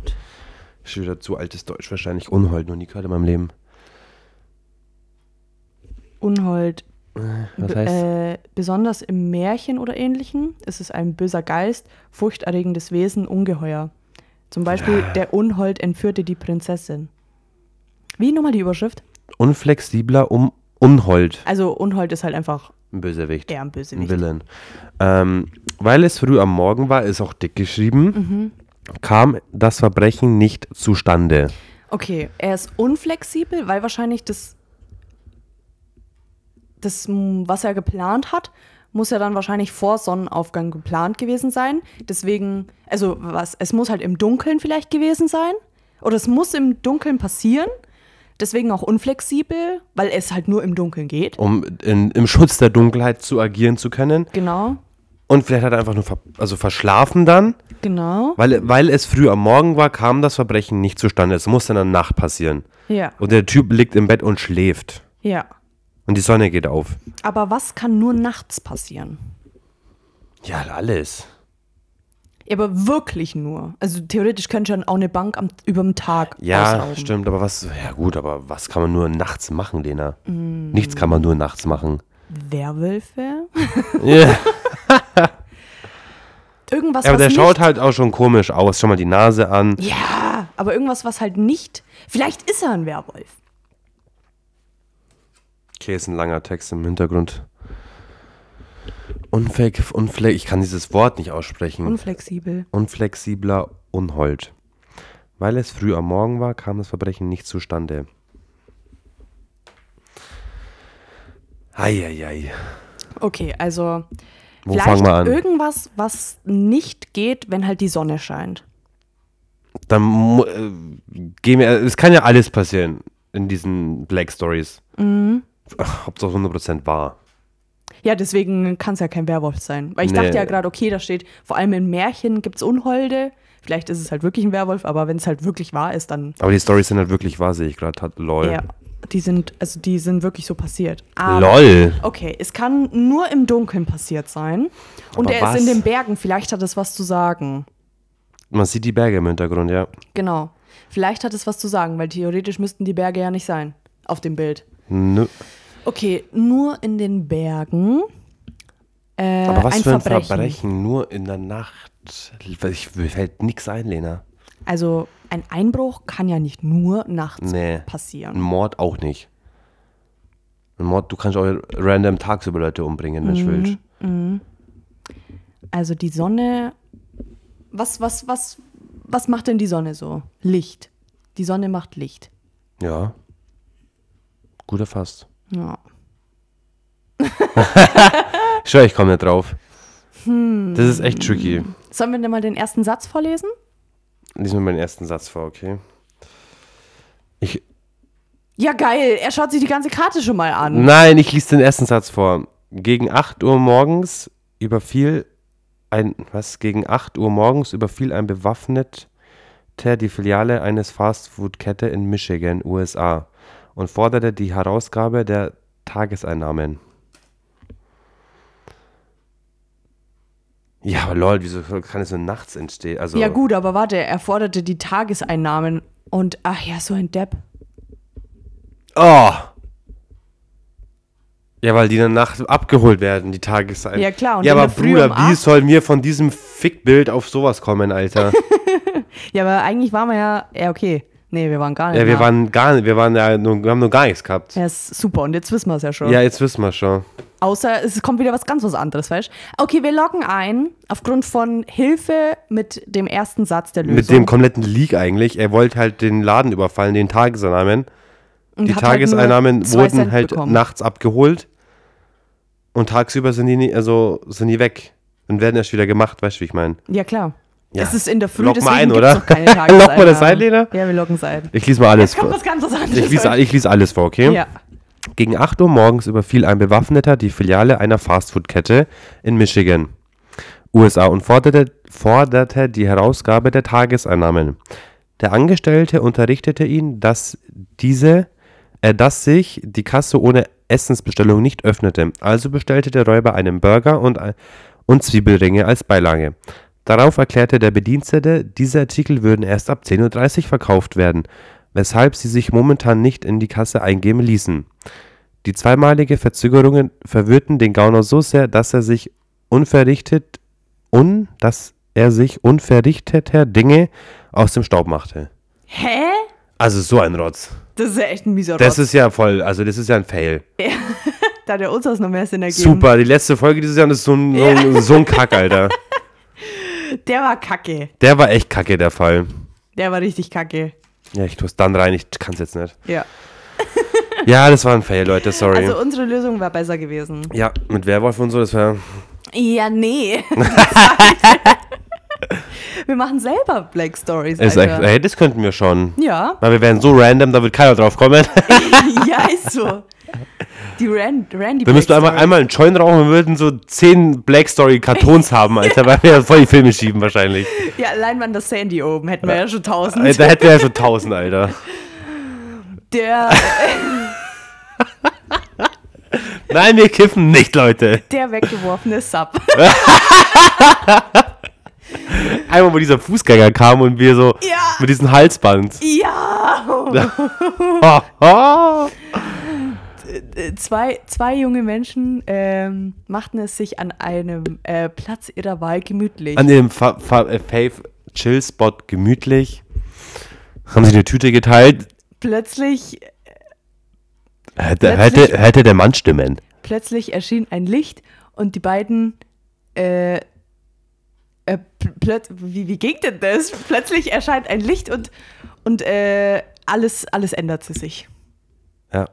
Speaker 1: Schon wieder zu altes Deutsch wahrscheinlich. Unhold, noch nie gehört in meinem Leben.
Speaker 2: Unhold.
Speaker 1: Was heißt?
Speaker 2: Äh, besonders im Märchen oder ähnlichem ist es ein böser Geist, furchterregendes Wesen, Ungeheuer. Zum Beispiel
Speaker 1: Ah.
Speaker 2: der Unhold entführte die Prinzessin. Wie nochmal die Überschrift?
Speaker 1: unflexibler um Unhold.
Speaker 2: Also Unhold ist halt einfach
Speaker 1: Ein Bösewicht.
Speaker 2: eher ein
Speaker 1: Ein
Speaker 2: Bösewicht.
Speaker 1: Villain. Ähm, weil es früh am Morgen war, ist auch dick
Speaker 2: Mhm.
Speaker 1: geschrieben, kam das Verbrechen nicht zustande.
Speaker 2: Okay, er ist unflexibel, weil wahrscheinlich das, das, m, was er geplant hat, muss ja dann wahrscheinlich vor Sonnenaufgang geplant gewesen sein. Deswegen, also was, es muss halt im Dunkeln vielleicht gewesen sein. Oder es muss im Dunkeln passieren. Deswegen auch unflexibel, weil es halt nur im Dunkeln geht.
Speaker 1: Um in, im Schutz der Dunkelheit zu agieren zu können.
Speaker 2: Genau,
Speaker 1: Und vielleicht hat er einfach nur ver, also verschlafen dann.
Speaker 2: genau.
Speaker 1: Weil, weil es früh am Morgen war, kam das Verbrechen nicht zustande. Es muss in der Nacht passieren.
Speaker 2: Ja,
Speaker 1: Und der Typ liegt im Bett und schläft.
Speaker 2: ja.
Speaker 1: Und die Sonne geht auf.
Speaker 2: Aber was kann nur nachts passieren?
Speaker 1: Ja, alles.
Speaker 2: Ja, aber wirklich nur. Also theoretisch könnte schon auch eine Bank am, über dem Tag
Speaker 1: Ja,
Speaker 2: ausrauben.
Speaker 1: stimmt, aber was, ja gut, aber was kann man nur nachts machen, Lena?
Speaker 2: Mm.
Speaker 1: Nichts kann man nur nachts machen.
Speaker 2: Werwölfe?
Speaker 1: Ja,
Speaker 2: Irgendwas,
Speaker 1: aber
Speaker 2: was
Speaker 1: der
Speaker 2: nicht,
Speaker 1: schaut halt auch schon komisch aus. Schau mal die Nase an.
Speaker 2: Ja, aber irgendwas, was halt nicht. Vielleicht ist er ein Werwolf.
Speaker 1: Okay, ist ein langer Text im Hintergrund. Unflex, unflex, ich kann dieses Wort nicht aussprechen.
Speaker 2: Unflexibel.
Speaker 1: Unflexibler Unhold. Weil es früh am Morgen war, kam das Verbrechen nicht zustande. Eieiei.
Speaker 2: Okay, also
Speaker 1: Wo
Speaker 2: vielleicht
Speaker 1: fangen wir an?
Speaker 2: irgendwas, was nicht geht, wenn halt die Sonne scheint.
Speaker 1: dann mu- äh, gehen wir, es kann ja alles passieren in diesen Black Stories.
Speaker 2: Mhm.
Speaker 1: Ach, Hauptsache 100% wahr.
Speaker 2: Ja, deswegen kann es ja kein Werwolf sein. Weil ich
Speaker 1: Nee.
Speaker 2: dachte ja gerade, okay, da steht, vor allem in Märchen gibt es Unholde. Vielleicht ist es halt wirklich ein Werwolf, aber wenn es halt wirklich wahr ist, dann.
Speaker 1: Aber die Stories sind halt wirklich wahr, sehe ich gerade. Lol.
Speaker 2: Ja, die sind, also die sind wirklich so passiert. Aber
Speaker 1: Lol.
Speaker 2: Okay, es kann nur im Dunkeln passiert sein. Und
Speaker 1: Aber
Speaker 2: er
Speaker 1: was?
Speaker 2: ist in den Bergen, vielleicht hat es was zu sagen.
Speaker 1: Man sieht die Berge im Hintergrund, ja.
Speaker 2: Genau. Vielleicht hat es was zu sagen, weil theoretisch müssten die Berge ja nicht sein auf dem Bild.
Speaker 1: Nö.
Speaker 2: Okay, nur in den Bergen. Äh,
Speaker 1: Aber was
Speaker 2: ein
Speaker 1: für ein
Speaker 2: Verbrechen.
Speaker 1: Verbrechen. nur in der Nacht. Ich, mir fällt nichts ein, Lena.
Speaker 2: Also ein Einbruch kann ja nicht nur nachts
Speaker 1: Nee. Ein
Speaker 2: passieren.
Speaker 1: Mord auch nicht. Ein Mord, du kannst auch random tagsüber Leute umbringen, wenn du willst.
Speaker 2: Also die Sonne. Was, was, was, was macht denn die Sonne so? Licht. Die Sonne macht Licht.
Speaker 1: Ja. Gut erfasst.
Speaker 2: Ja.
Speaker 1: Ich schwör, ich komme nicht drauf. Das ist echt tricky.
Speaker 2: Sollen wir denn mal den ersten Satz vorlesen?
Speaker 1: Lies mir meinen ersten Satz vor, okay? Ich,
Speaker 2: Ja, geil. Er schaut sich die ganze Karte schon mal an.
Speaker 1: nein, ich lies den ersten Satz vor. Gegen 8 Uhr morgens überfiel ein, was? Gegen 8 Uhr morgens überfiel ein bewaffneter die Filiale eines Fastfood-Kette in Michigan, USA und forderte die Herausgabe der Tageseinnahmen. Ja, aber lol, wieso kann es so nachts entstehen? Also,
Speaker 2: Ja, gut, aber warte, er forderte die Tageseinnahmen und ach ja, so ein Depp.
Speaker 1: Oh. Ja, weil die dann nachts abgeholt werden, die Tageseinnahmen.
Speaker 2: Ja, klar, und
Speaker 1: Ja,
Speaker 2: in
Speaker 1: aber
Speaker 2: der Früh
Speaker 1: Bruder,
Speaker 2: um
Speaker 1: wie
Speaker 2: acht-
Speaker 1: soll mir von diesem Fickbild auf sowas kommen, Alter?
Speaker 2: Ja, aber eigentlich waren wir ja, ja, okay. Nee, wir waren gar nicht.
Speaker 1: ja, wir
Speaker 2: nah.
Speaker 1: waren gar nicht, wir waren ja, nur, wir haben nur gar nichts gehabt.
Speaker 2: Ja, ist super, und jetzt wissen wir es ja schon.
Speaker 1: Ja, jetzt wissen wir schon.
Speaker 2: Außer es kommt wieder was ganz was anderes, weißt du? Okay, wir loggen ein, aufgrund von Hilfe mit dem ersten Satz der Lösung.
Speaker 1: Mit dem kompletten Leak eigentlich. Er wollte halt den Laden überfallen, den Tageseinnahmen.
Speaker 2: Und
Speaker 1: Die
Speaker 2: hab halt nur
Speaker 1: Tageseinnahmen
Speaker 2: zwei
Speaker 1: wurden
Speaker 2: Cent
Speaker 1: halt
Speaker 2: bekommen.
Speaker 1: nachts abgeholt und tagsüber sind die, nie, also sind die weg und werden erst wieder gemacht, weißt du, wie ich meine?
Speaker 2: Ja, klar.
Speaker 1: Ja.
Speaker 2: Es ist in der Früh,
Speaker 1: Lock mal ein,
Speaker 2: deswegen gibt's
Speaker 1: oder?
Speaker 2: noch keine
Speaker 1: Lock mal
Speaker 2: Tageseinnahmen.
Speaker 1: das ein, Lena?
Speaker 2: Ja, wir locken es ein.
Speaker 1: Ich lese mal alles
Speaker 2: Jetzt kommt
Speaker 1: vor.
Speaker 2: was ganz anderes.
Speaker 1: Ich lese, ich lese alles vor, okay?
Speaker 2: Ja.
Speaker 1: Gegen 8 Uhr morgens überfiel ein Bewaffneter die Filiale einer Fastfood-Kette in Michigan, USA und forderte, forderte die Herausgabe der Tageseinnahmen. Der Angestellte unterrichtete ihn, dass diese, äh, dass sich die Kasse ohne Essensbestellung nicht öffnete. Also bestellte der Räuber einen Burger und, ein- und Zwiebelringe als Beilage. Darauf erklärte der Bedienstete, diese Artikel würden erst ab 10.30 Uhr verkauft werden, weshalb sie sich momentan nicht in die Kasse eingeben ließen. Die zweimalige Verzögerungen verwirrten den Gauner so sehr, dass er sich unverrichtet un, dass er sich unverrichteter Dinge aus dem Staub machte.
Speaker 2: Hä?
Speaker 1: Also so ein Rotz.
Speaker 2: Das ist ja echt ein mieser
Speaker 1: Das
Speaker 2: Rotz.
Speaker 1: ist ja voll, also das ist ja ein Fail.
Speaker 2: Da hat er uns das noch mehr Sinn ergeben.
Speaker 1: Super, die letzte Folge dieses Jahr ist so ein, so ein, so ein Kack, Alter.
Speaker 2: Der war kacke.
Speaker 1: Der war echt kacke, der Fall.
Speaker 2: Der war richtig kacke.
Speaker 1: Ja, ich tu's dann rein, ich kann's jetzt nicht.
Speaker 2: Ja.
Speaker 1: Ja, das war ein Fail, Leute, sorry.
Speaker 2: Also unsere Lösung war besser gewesen.
Speaker 1: ja, mit Werwolf und so, das war.
Speaker 2: Ja, nee. wir machen selber Black Stories.
Speaker 1: Ist echt,
Speaker 2: Alter.
Speaker 1: ey, das könnten wir schon.
Speaker 2: ja,
Speaker 1: Weil wir wären so random, da wird keiner drauf kommen.
Speaker 2: ja, ist so. Die Rand, Randy
Speaker 1: Wir müssten
Speaker 2: Black
Speaker 1: einmal,
Speaker 2: Story.
Speaker 1: einmal einen Joint rauchen, wir würden so zehn Black Story Kartons haben, Alter, weil wir ja voll die Filme schieben wahrscheinlich.
Speaker 2: Ja, allein waren das Sandy oben, hätten wir ja schon tausend.
Speaker 1: Äh, Da hätten wir ja schon tausend, Alter.
Speaker 2: Der,
Speaker 1: Nein, wir kiffen nicht, Leute.
Speaker 2: der weggeworfene Sub.
Speaker 1: Einmal, wo dieser Fußgänger kam und wir so
Speaker 2: Ja.
Speaker 1: mit diesem Halsband.
Speaker 2: Ja!
Speaker 1: Oh, oh.
Speaker 2: Äh, Zwei, zwei junge Menschen ähm, machten es sich an einem äh, Platz ihrer Wahl gemütlich.
Speaker 1: An dem Fa Fa äh, Fave Chill Spot gemütlich. Haben sie eine Tüte geteilt?
Speaker 2: plötzlich,
Speaker 1: Hätte,
Speaker 2: Plötzlich-
Speaker 1: hätte, hätte der Mann stimmen.
Speaker 2: plötzlich erschien ein Licht und die beiden. Äh, äh, pl- plöt- wie, wie ging denn das? Plötzlich erscheint ein Licht und, und äh, alles, alles änderte sich.
Speaker 1: Ja.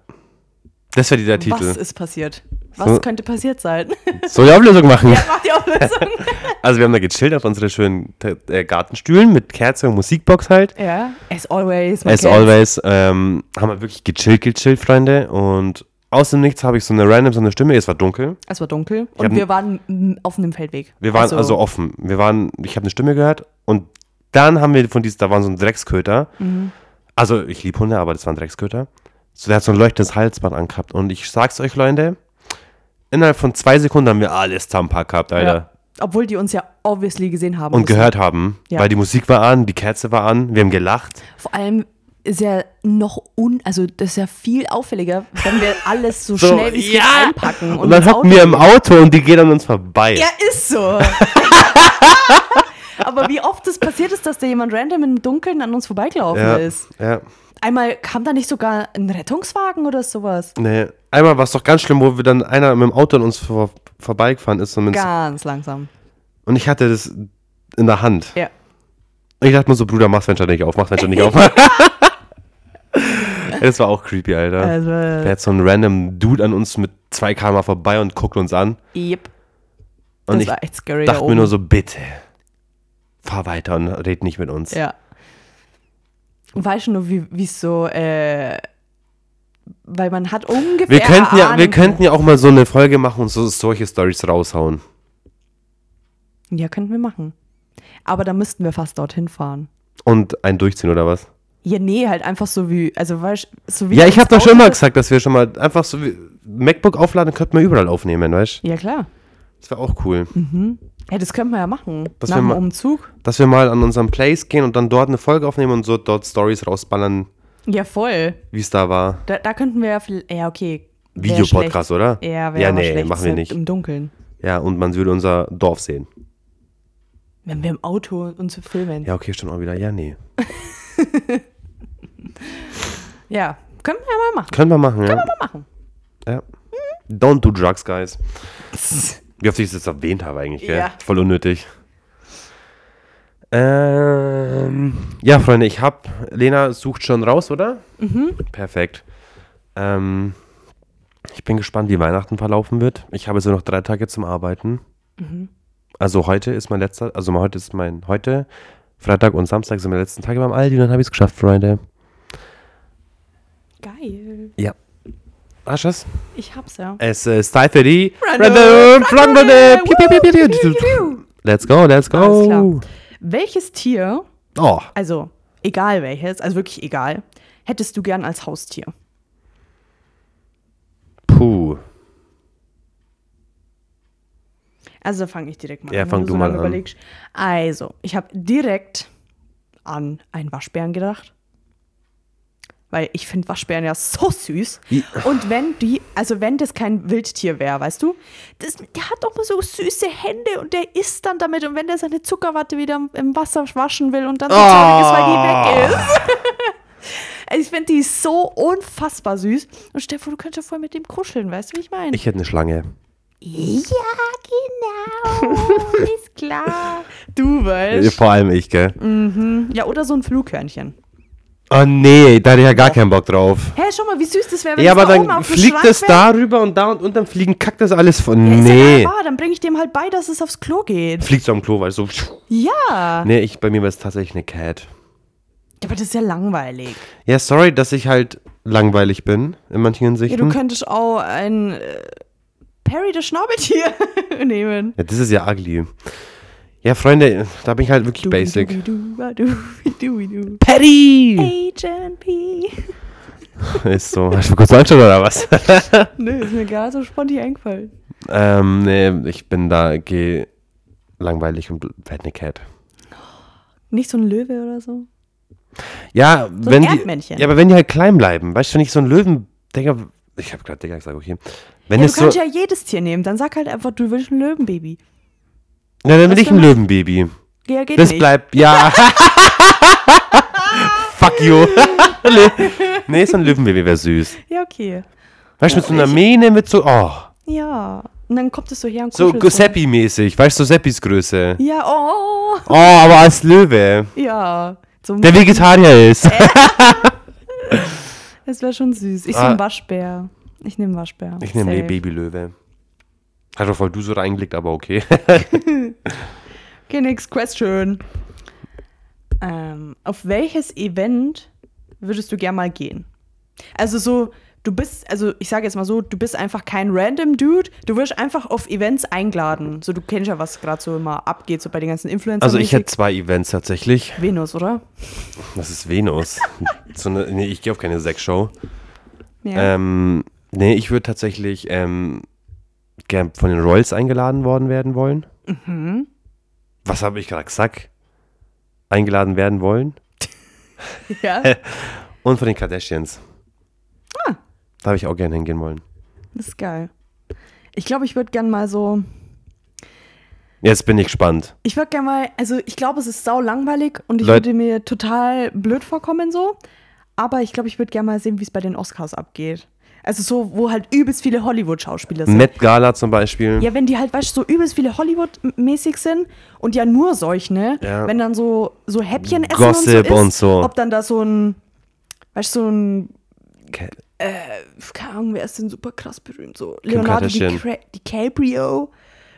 Speaker 1: Das wäre dieser
Speaker 2: Was
Speaker 1: Titel.
Speaker 2: ist passiert? Was
Speaker 1: So.
Speaker 2: könnte passiert sein?
Speaker 1: Soll die Auflösung machen?
Speaker 2: ja, mach die Auflösung.
Speaker 1: Also wir haben da gechillt auf unseren schönen T- äh, Gartenstühlen mit Kerze und Musikbox halt.
Speaker 2: ja, as always. man
Speaker 1: As
Speaker 2: kennt's.
Speaker 1: always ähm, haben wir wirklich gechillt, gechillt, Freunde. Und aus dem Nichts habe ich so eine random so eine Stimme. Es war dunkel.
Speaker 2: Es war dunkel
Speaker 1: hab-
Speaker 2: und wir waren mm, auf einem Feldweg.
Speaker 1: Wir waren also, offen. Wir waren, ich habe eine Stimme gehört und dann haben wir von diesem, da waren so ein Drecksköter.
Speaker 2: Mhm.
Speaker 1: Also ich liebe Hunde, aber das war ein Drecksköter. So, der hat so ein leuchtendes Halsband angehabt. Und ich sag's euch, Leute, innerhalb von zwei Sekunden haben wir alles Tampa gehabt, Alter.
Speaker 2: Ja. Obwohl die uns ja obviously gesehen haben.
Speaker 1: Und
Speaker 2: mussten.
Speaker 1: gehört haben.
Speaker 2: Ja.
Speaker 1: Weil die Musik war an, die Kerze war an, wir haben gelacht.
Speaker 2: Vor allem ist ja noch un, also das ist ja viel auffälliger, wenn wir alles so,
Speaker 1: So,
Speaker 2: schnell wie es geht
Speaker 1: ja.
Speaker 2: einpacken.
Speaker 1: Und dann
Speaker 2: ins
Speaker 1: hocken
Speaker 2: Auto
Speaker 1: wir im
Speaker 2: legen.
Speaker 1: Auto und die gehen an uns vorbei.
Speaker 2: Ja, ist so. Aber wie oft es passiert ist, dass da jemand random im Dunkeln an uns vorbeigelaufen
Speaker 1: ja,
Speaker 2: ist.
Speaker 1: ja.
Speaker 2: Einmal kam da nicht sogar ein Rettungswagen oder sowas.
Speaker 1: Nee. Einmal war es doch ganz schlimm, wo wir dann einer mit dem Auto an uns vor, vorbeigefahren ist. Und, ins-
Speaker 2: Ganz langsam.
Speaker 1: und ich hatte das in der Hand.
Speaker 2: Ja.
Speaker 1: Und Ich dachte mir so, Bruder, mach's Fenster nicht auf, mach's Fenster nicht auf. das war auch creepy, Alter.
Speaker 2: Also-
Speaker 1: da hat so ein random Dude an uns mit 2 km vorbei und guckt uns an.
Speaker 2: Yep.
Speaker 1: Und
Speaker 2: das
Speaker 1: ich
Speaker 2: war echt scary. da
Speaker 1: dachte mir
Speaker 2: oben.
Speaker 1: nur so, bitte, fahr weiter und red nicht mit uns.
Speaker 2: Ja. Und weißt du nur, wie wie es so, äh, weil man hat ungefähr.
Speaker 1: Wir, könnten ja, wir
Speaker 2: erahnen
Speaker 1: könnten ja auch mal so eine Folge machen und so, solche Stories raushauen.
Speaker 2: können- Ja, könnten wir machen. Aber da müssten wir fast dorthin fahren.
Speaker 1: Und einen durchziehen oder was?
Speaker 2: Ja, nee, halt einfach so wie, also weißt so wie.
Speaker 1: Ja, ich
Speaker 2: das
Speaker 1: habe doch schon
Speaker 2: Auto-
Speaker 1: mal gesagt, dass wir schon mal einfach so wie MacBook aufladen, könnten wir überall aufnehmen, weißt du?
Speaker 2: Ja, klar.
Speaker 1: Das wäre auch cool.
Speaker 2: Hm. Ja, das könnten wir ja machen.
Speaker 1: Dass
Speaker 2: Nach
Speaker 1: wir
Speaker 2: dem
Speaker 1: mal-
Speaker 2: Umzug.
Speaker 1: Dass wir mal an unserem Place gehen und dann dort eine Folge aufnehmen und so dort Stories rausballern,
Speaker 2: Ja, voll.
Speaker 1: wie es da war.
Speaker 2: Da, da könnten wir ja vielleicht. Ja, okay. wär
Speaker 1: Videopodcast,
Speaker 2: schlecht.
Speaker 1: oder?
Speaker 2: Ja, wäre
Speaker 1: Ja,
Speaker 2: aber
Speaker 1: nee,
Speaker 2: schlecht,
Speaker 1: machen wir
Speaker 2: so
Speaker 1: nicht.
Speaker 2: Im Dunkeln.
Speaker 1: Ja, und man würde unser Dorf sehen.
Speaker 2: Wenn wir im Auto uns filmen. Ja.
Speaker 1: Ja, okay, stimmt auch wieder. Ja, nee.
Speaker 2: ja, können wir ja mal machen.
Speaker 1: Können wir machen, ja.
Speaker 2: Mal machen.
Speaker 1: ja. Don't do drugs, guys. Wie oft ich es jetzt erwähnt habe eigentlich, gell?
Speaker 2: Ja.
Speaker 1: Voll unnötig. Ähm, ja, Freunde, ich hab. Lena sucht schon raus, oder? Mhm. Perfekt. Ähm, ich bin gespannt, wie Weihnachten verlaufen wird. Ich habe so noch drei Tage zum Arbeiten.
Speaker 2: Mhm.
Speaker 1: Also heute ist mein letzter, also heute ist mein, heute, Freitag und Samstag sind meine letzten Tage beim Aldi und dann habe ich es geschafft, Freunde.
Speaker 2: Geil.
Speaker 1: Ja. Hast du es?
Speaker 2: Ich hab's ja.
Speaker 1: Es ist Zeit für die
Speaker 2: Random
Speaker 1: Random Runde.
Speaker 2: Runde.
Speaker 1: Piu, piu, piu, piu, piu,
Speaker 2: Piu.
Speaker 1: Let's go, let's
Speaker 2: Alles
Speaker 1: go.
Speaker 2: klar. Welches Tier,
Speaker 1: Oh,
Speaker 2: also egal welches, also wirklich egal, hättest du gern als Haustier?
Speaker 1: puh.
Speaker 2: Also fange ich direkt mal
Speaker 1: Ja,
Speaker 2: an.
Speaker 1: fang
Speaker 2: wenn
Speaker 1: du
Speaker 2: so
Speaker 1: mal
Speaker 2: lange
Speaker 1: an.
Speaker 2: Überlegst. Also, ich habe direkt an einen Waschbären gedacht. Weil ich finde Waschbären ja so süß.
Speaker 1: I-
Speaker 2: Und wenn die, also wenn das kein Wildtier wäre, weißt du, das, der hat doch mal so süße Hände und der isst dann damit. Und wenn der seine Zuckerwatte wieder im- im Wasser waschen will und dann so
Speaker 1: Ah.
Speaker 2: zornig ist, weil die weg ist. Also ich finde die so unfassbar süß. Und Stefan, du könntest ja voll mit dem kuscheln, weißt du, wie ich meine?
Speaker 1: Ich hätte eine Schlange.
Speaker 2: Ja, genau. ist klar. Du weißt.
Speaker 1: Vor allem ich, gell?
Speaker 2: Mm. Ja, oder so ein Flughörnchen.
Speaker 1: Oh nee, da hätte ich ja gar keinen Bock drauf.
Speaker 2: Hä, schau mal, wie süß das wäre, wenn
Speaker 1: Ja,
Speaker 2: das
Speaker 1: aber
Speaker 2: da oben
Speaker 1: dann
Speaker 2: auf dem
Speaker 1: fliegt
Speaker 2: Schrank
Speaker 1: es
Speaker 2: wär.
Speaker 1: darüber und da und unten fliegen, kackt das alles von.
Speaker 2: Ist ja
Speaker 1: nee.
Speaker 2: klar, dann bringe ich dem halt bei, dass es aufs Klo geht.
Speaker 1: Fliegt so am Klo, weil so.
Speaker 2: Ja.
Speaker 1: Nee, ich, bei mir wäre es tatsächlich eine Cat.
Speaker 2: Ja, Aber das ist ja langweilig.
Speaker 1: Ja, sorry, dass ich halt langweilig bin in manchen
Speaker 2: Ja, du
Speaker 1: Hinsichten. Ja,
Speaker 2: könntest auch ein äh, Perry das Schnabeltier nehmen.
Speaker 1: das ist ja ugly. Ja, Freunde, da bin ich halt wirklich basic. Patty!
Speaker 2: Agent P.
Speaker 1: Ist so. Hast du kurz Angst oder was?
Speaker 2: Nö, ist mir gerade so spontan eingefallen.
Speaker 1: ähm, nee, ich bin da, geh langweilig und werd eine Cat.
Speaker 2: Nicht so ein Löwe oder so.
Speaker 1: Ja, wenn
Speaker 2: Erdmännchen.
Speaker 1: die. Ja, aber wenn die halt klein bleiben, weißt du, wenn ich so einen Löwen, Digga, ich hab grad Digga gesagt, okay. Wenn
Speaker 2: Ja, du
Speaker 1: es so.
Speaker 2: kannst ja jedes Tier nehmen. Dann sag halt einfach, du willst ein Löwenbaby.
Speaker 1: na, dann bin
Speaker 2: was
Speaker 1: ich ein
Speaker 2: denn?
Speaker 1: Löwenbaby.
Speaker 2: Ja, geht
Speaker 1: Das
Speaker 2: nicht.
Speaker 1: bleibt, ja. Fuck you. nee, nee, so ein Löwenbaby wäre süß.
Speaker 2: Ja, okay.
Speaker 1: Weißt du, mit so einer Mähne, mit so, oh,
Speaker 2: Ja. Und dann kommt es so her und
Speaker 1: so
Speaker 2: kuschelt
Speaker 1: Giuseppe-mäßig, weißt du, so Seppis Größe.
Speaker 2: Ja, oh.
Speaker 1: Oh, aber als Löwe,
Speaker 2: Ja. So ein,
Speaker 1: der Vegetarier ist.
Speaker 2: das wäre schon süß. Ich so
Speaker 1: Ah.
Speaker 2: ein Waschbär. Ich nehme Waschbär.
Speaker 1: Ich nehme
Speaker 2: Safe.
Speaker 1: den Babylöwe. Hat doch voll du so reingelegt, aber okay.
Speaker 2: Okay, next question. Ähm, auf welches Event würdest du gern mal gehen? Also so, du bist, also ich sage jetzt mal so, du bist einfach kein random Dude. Du wirst einfach auf Events eingeladen. So, du kennst ja, was gerade so immer abgeht, so bei den ganzen Influencern.
Speaker 1: Also ich hätte zwei Events tatsächlich.
Speaker 2: Venus, oder?
Speaker 1: Das ist Venus. so eine, nee, ich gehe auf keine Sexshow.
Speaker 2: Ja.
Speaker 1: Ähm, nee, ich würde tatsächlich ähm, gern von den Royals eingeladen worden werden wollen.
Speaker 2: Hm.
Speaker 1: Was habe ich gerade gesagt? Eingeladen werden wollen.
Speaker 2: ja.
Speaker 1: Und von den Kardashians.
Speaker 2: Ah.
Speaker 1: Da habe ich auch gerne hingehen wollen.
Speaker 2: Das ist geil. Ich glaube, ich würde gern mal so.
Speaker 1: Jetzt bin ich gespannt.
Speaker 2: Ich würde gern mal. Also, ich glaube, es ist sau langweilig und ich
Speaker 1: Leut-
Speaker 2: würde mir total blöd vorkommen so. Aber ich glaube, ich würde gern mal sehen, wie es bei den Oscars abgeht. Also, so, wo halt übelst viele Hollywood-Schauspieler sind.
Speaker 1: Met Gala zum Beispiel.
Speaker 2: ja, wenn die halt, weißt du, so übelst viele Hollywood-mäßig sind und ja nur solch, ne?
Speaker 1: Ja.
Speaker 2: Wenn dann so, so Häppchen essen
Speaker 1: Gossip
Speaker 2: und so, ist,
Speaker 1: und so.
Speaker 2: Ob dann da so ein, weißt du, so ein
Speaker 1: Ke-
Speaker 2: keine Ahnung, wer ist denn super krass berühmt? So Leonardo
Speaker 1: Kardashian.
Speaker 2: DiCra- DiCaprio.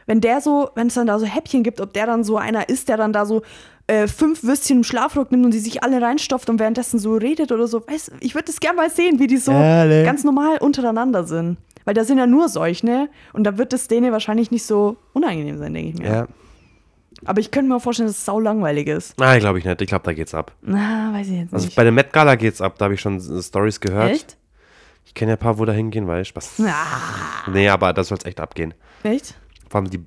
Speaker 2: Wenn der so, wenn es dann da so Häppchen gibt, ob der dann so einer ist, der dann da so äh, fünf Würstchen im Schlafrock nimmt und die sich alle reinstopft und währenddessen so redet oder so. Weißt, du, ich würde das gerne mal sehen, wie die so
Speaker 1: Ehrlich?
Speaker 2: ganz normal untereinander sind. Weil da sind ja nur solche, ne? Und da wird es denen wahrscheinlich nicht so unangenehm sein, denke ich mir.
Speaker 1: Ja.
Speaker 2: Aber ich könnte mir vorstellen, dass es sau langweilig ist.
Speaker 1: Nein, glaube Ah, ich nicht. Ich glaube, da geht's ab.
Speaker 2: Na, weiß ich jetzt
Speaker 1: Also
Speaker 2: nicht.
Speaker 1: bei der Met Gala geht's ab. Da habe ich schon äh, Stories gehört.
Speaker 2: Echt?
Speaker 1: Ich kenne ja ein paar, wo da hingehen, weil Spaß.
Speaker 2: Ah,
Speaker 1: Nee, aber das soll's echt abgehen.
Speaker 2: echt?
Speaker 1: Vor allem die,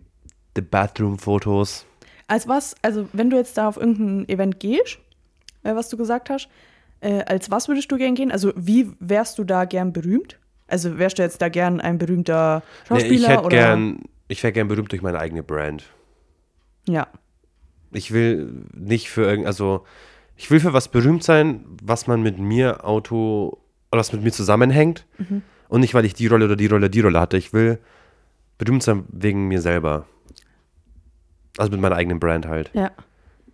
Speaker 1: die Bathroom-Fotos.
Speaker 2: Als was, also wenn du jetzt da auf irgendein Event gehst, äh, was du gesagt hast, äh, als was würdest du gern gehen? Also wie wärst du da gern berühmt? Also wärst du jetzt da gern ein berühmter
Speaker 1: Nee,
Speaker 2: Schauspieler
Speaker 1: ich hätte
Speaker 2: oder?
Speaker 1: gern, ich wäre gern berühmt durch meine eigene Brand.
Speaker 2: Ja.
Speaker 1: Ich will nicht für irgend, also ich will für was berühmt sein, was man mit mir Auto oder was mit mir zusammenhängt
Speaker 2: Mhm.
Speaker 1: und nicht weil ich die Rolle oder die Rolle die Rolle hatte. Ich will berühmt sein wegen mir selber, also mit meiner eigenen Brand halt.
Speaker 2: Ja.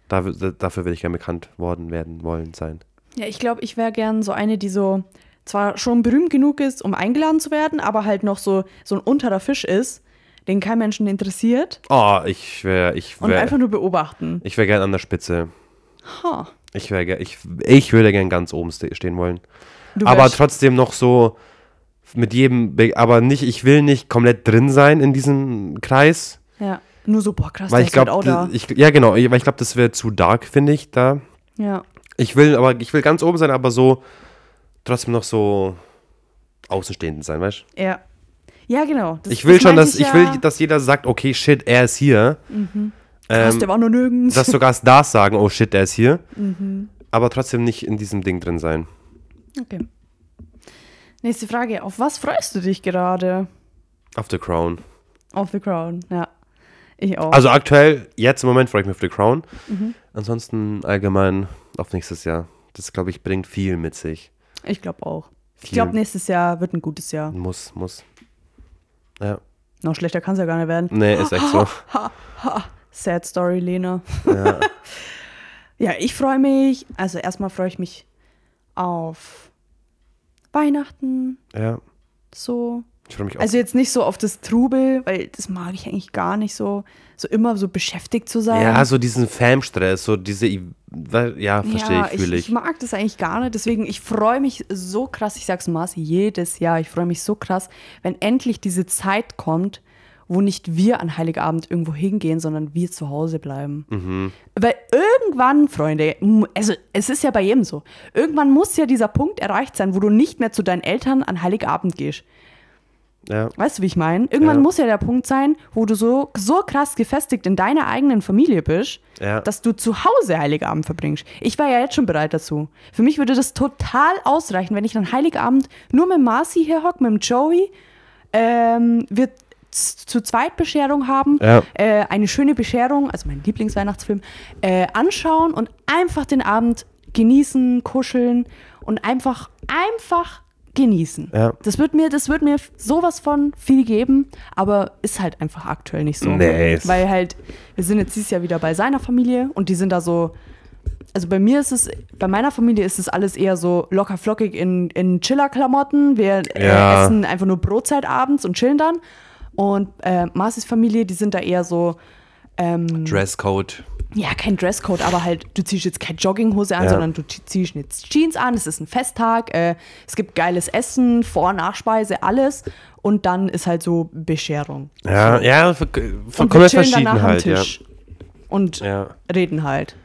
Speaker 1: Dafür, dafür will ich gern bekannt worden werden wollen sein.
Speaker 2: Ja, ich glaube, ich wäre gern so eine, die so zwar schon berühmt genug ist, um eingeladen zu werden, aber halt noch so, so ein unterer Fisch ist, den kein Menschen interessiert
Speaker 1: Oh, ich wäre, ich
Speaker 2: und einfach
Speaker 1: wäre,
Speaker 2: nur beobachten.
Speaker 1: ich wäre gern an der Spitze.
Speaker 2: Ha.
Speaker 1: Ich wäre, ge- ich, ich würde gern ganz oben ste stehen wollen.
Speaker 2: Du
Speaker 1: aber
Speaker 2: wärst-
Speaker 1: trotzdem noch so mit jedem, Be aber nicht, ich will nicht komplett drin sein in diesem Kreis,
Speaker 2: Ja. Nur so, boah, krass,
Speaker 1: weil
Speaker 2: der
Speaker 1: ich
Speaker 2: ist halt
Speaker 1: glaube,
Speaker 2: auch da.
Speaker 1: ich, ja genau, weil ich glaube, das wäre zu dark, finde ich da.
Speaker 2: ja.
Speaker 1: Ich will, aber ich will ganz oben sein, aber so trotzdem noch so außenstehend sein, weißt? du?
Speaker 2: Ja. Ja, genau. Das-
Speaker 1: Ich will schon,
Speaker 2: meinte
Speaker 1: dass ich will,
Speaker 2: ja. Mhm.
Speaker 1: dass jeder sagt, okay, shit, er ist hier. Ähm,
Speaker 2: Krass, der war noch nirgends.
Speaker 1: Dass sogar Stars sagen, oh shit, er ist hier.
Speaker 2: Mhm.
Speaker 1: Aber trotzdem nicht in diesem Ding drin sein.
Speaker 2: okay. Nächste Frage. Auf was freust du dich gerade?
Speaker 1: Auf The Crown.
Speaker 2: Auf The Crown, ja. Ich auch.
Speaker 1: Also aktuell, jetzt im Moment freue ich mich auf The Crown.
Speaker 2: Mhm.
Speaker 1: Ansonsten allgemein auf nächstes Jahr. Das, glaube ich, bringt viel mit sich.
Speaker 2: ich glaube auch. Ich
Speaker 1: Viel.
Speaker 2: glaube, nächstes Jahr wird ein gutes Jahr.
Speaker 1: Muss, muss. Ja,
Speaker 2: Noch schlechter kann es ja gar nicht werden.
Speaker 1: nee, ist echt so.
Speaker 2: Sad Story, Lena. Ja, ich freue mich. Also erstmal freue ich mich auf Weihnachten,
Speaker 1: Ja,
Speaker 2: so.
Speaker 1: ich freue mich auch.
Speaker 2: Also jetzt nicht so auf das Trubel, weil das mag ich eigentlich gar nicht so, so immer so beschäftigt zu sein.
Speaker 1: ja, so diesen Fam-Stress, so diese, I- weil- ja, verstehe
Speaker 2: ja,
Speaker 1: ich, fühle ich.
Speaker 2: ich mag das eigentlich gar nicht. Deswegen, ich freue mich so krass, ich sag's Mars, jedes Jahr, ich freue mich so krass, wenn endlich diese Zeit kommt, wo nicht wir an Heiligabend irgendwo hingehen, sondern wir zu Hause bleiben.
Speaker 1: Mhm.
Speaker 2: Weil irgendwann, Freunde, m- also es ist ja bei jedem so, irgendwann muss ja dieser Punkt erreicht sein, wo du nicht mehr zu deinen Eltern an Heiligabend gehst.
Speaker 1: ja.
Speaker 2: Weißt du, wie ich meine? Irgendwann
Speaker 1: Ja.
Speaker 2: muss ja der Punkt sein, wo du so, so krass gefestigt in deiner eigenen Familie bist,
Speaker 1: Ja.
Speaker 2: dass du zu Hause Heiligabend verbringst. Ich war ja jetzt schon bereit dazu. Für mich würde das total ausreichen, wenn ich dann Heiligabend nur mit Marci hier hocke, mit dem Joey. Ähm, wir z- zu zweit Bescherung haben,
Speaker 1: Ja.
Speaker 2: äh, eine schöne Bescherung, also mein Lieblingsweihnachtsfilm, äh, anschauen und einfach den Abend genießen, kuscheln und einfach, einfach genießen.
Speaker 1: Ja.
Speaker 2: Das wird mir, das wird mir sowas von viel geben, aber ist halt einfach aktuell nicht so.
Speaker 1: Nee, ist-
Speaker 2: Weil halt, wir sind jetzt dieses Jahr wieder bei seiner Familie und die sind da so. Also bei mir ist es, bei meiner Familie ist es alles eher so locker flockig in, in Chiller-Klamotten. Wir äh,
Speaker 1: Ja.
Speaker 2: essen einfach nur Brotzeit abends und chillen dann. Und äh, Marcis Familie, die sind da eher so, ähm,
Speaker 1: Dresscode.
Speaker 2: ja, kein Dresscode, aber halt, du ziehst jetzt keine Jogginghose an,
Speaker 1: Ja.
Speaker 2: sondern du zie- ziehst jetzt Jeans an. Es ist ein Festtag, äh, es gibt geiles Essen, Vor-, Nachspeise, alles. Und dann ist halt so Bescherung.
Speaker 1: Ja, ja, ver
Speaker 2: Und wir
Speaker 1: komplett
Speaker 2: chillen
Speaker 1: verschieden
Speaker 2: danach am
Speaker 1: halt, ja.
Speaker 2: Tisch. Und
Speaker 1: Ja.
Speaker 2: reden halt.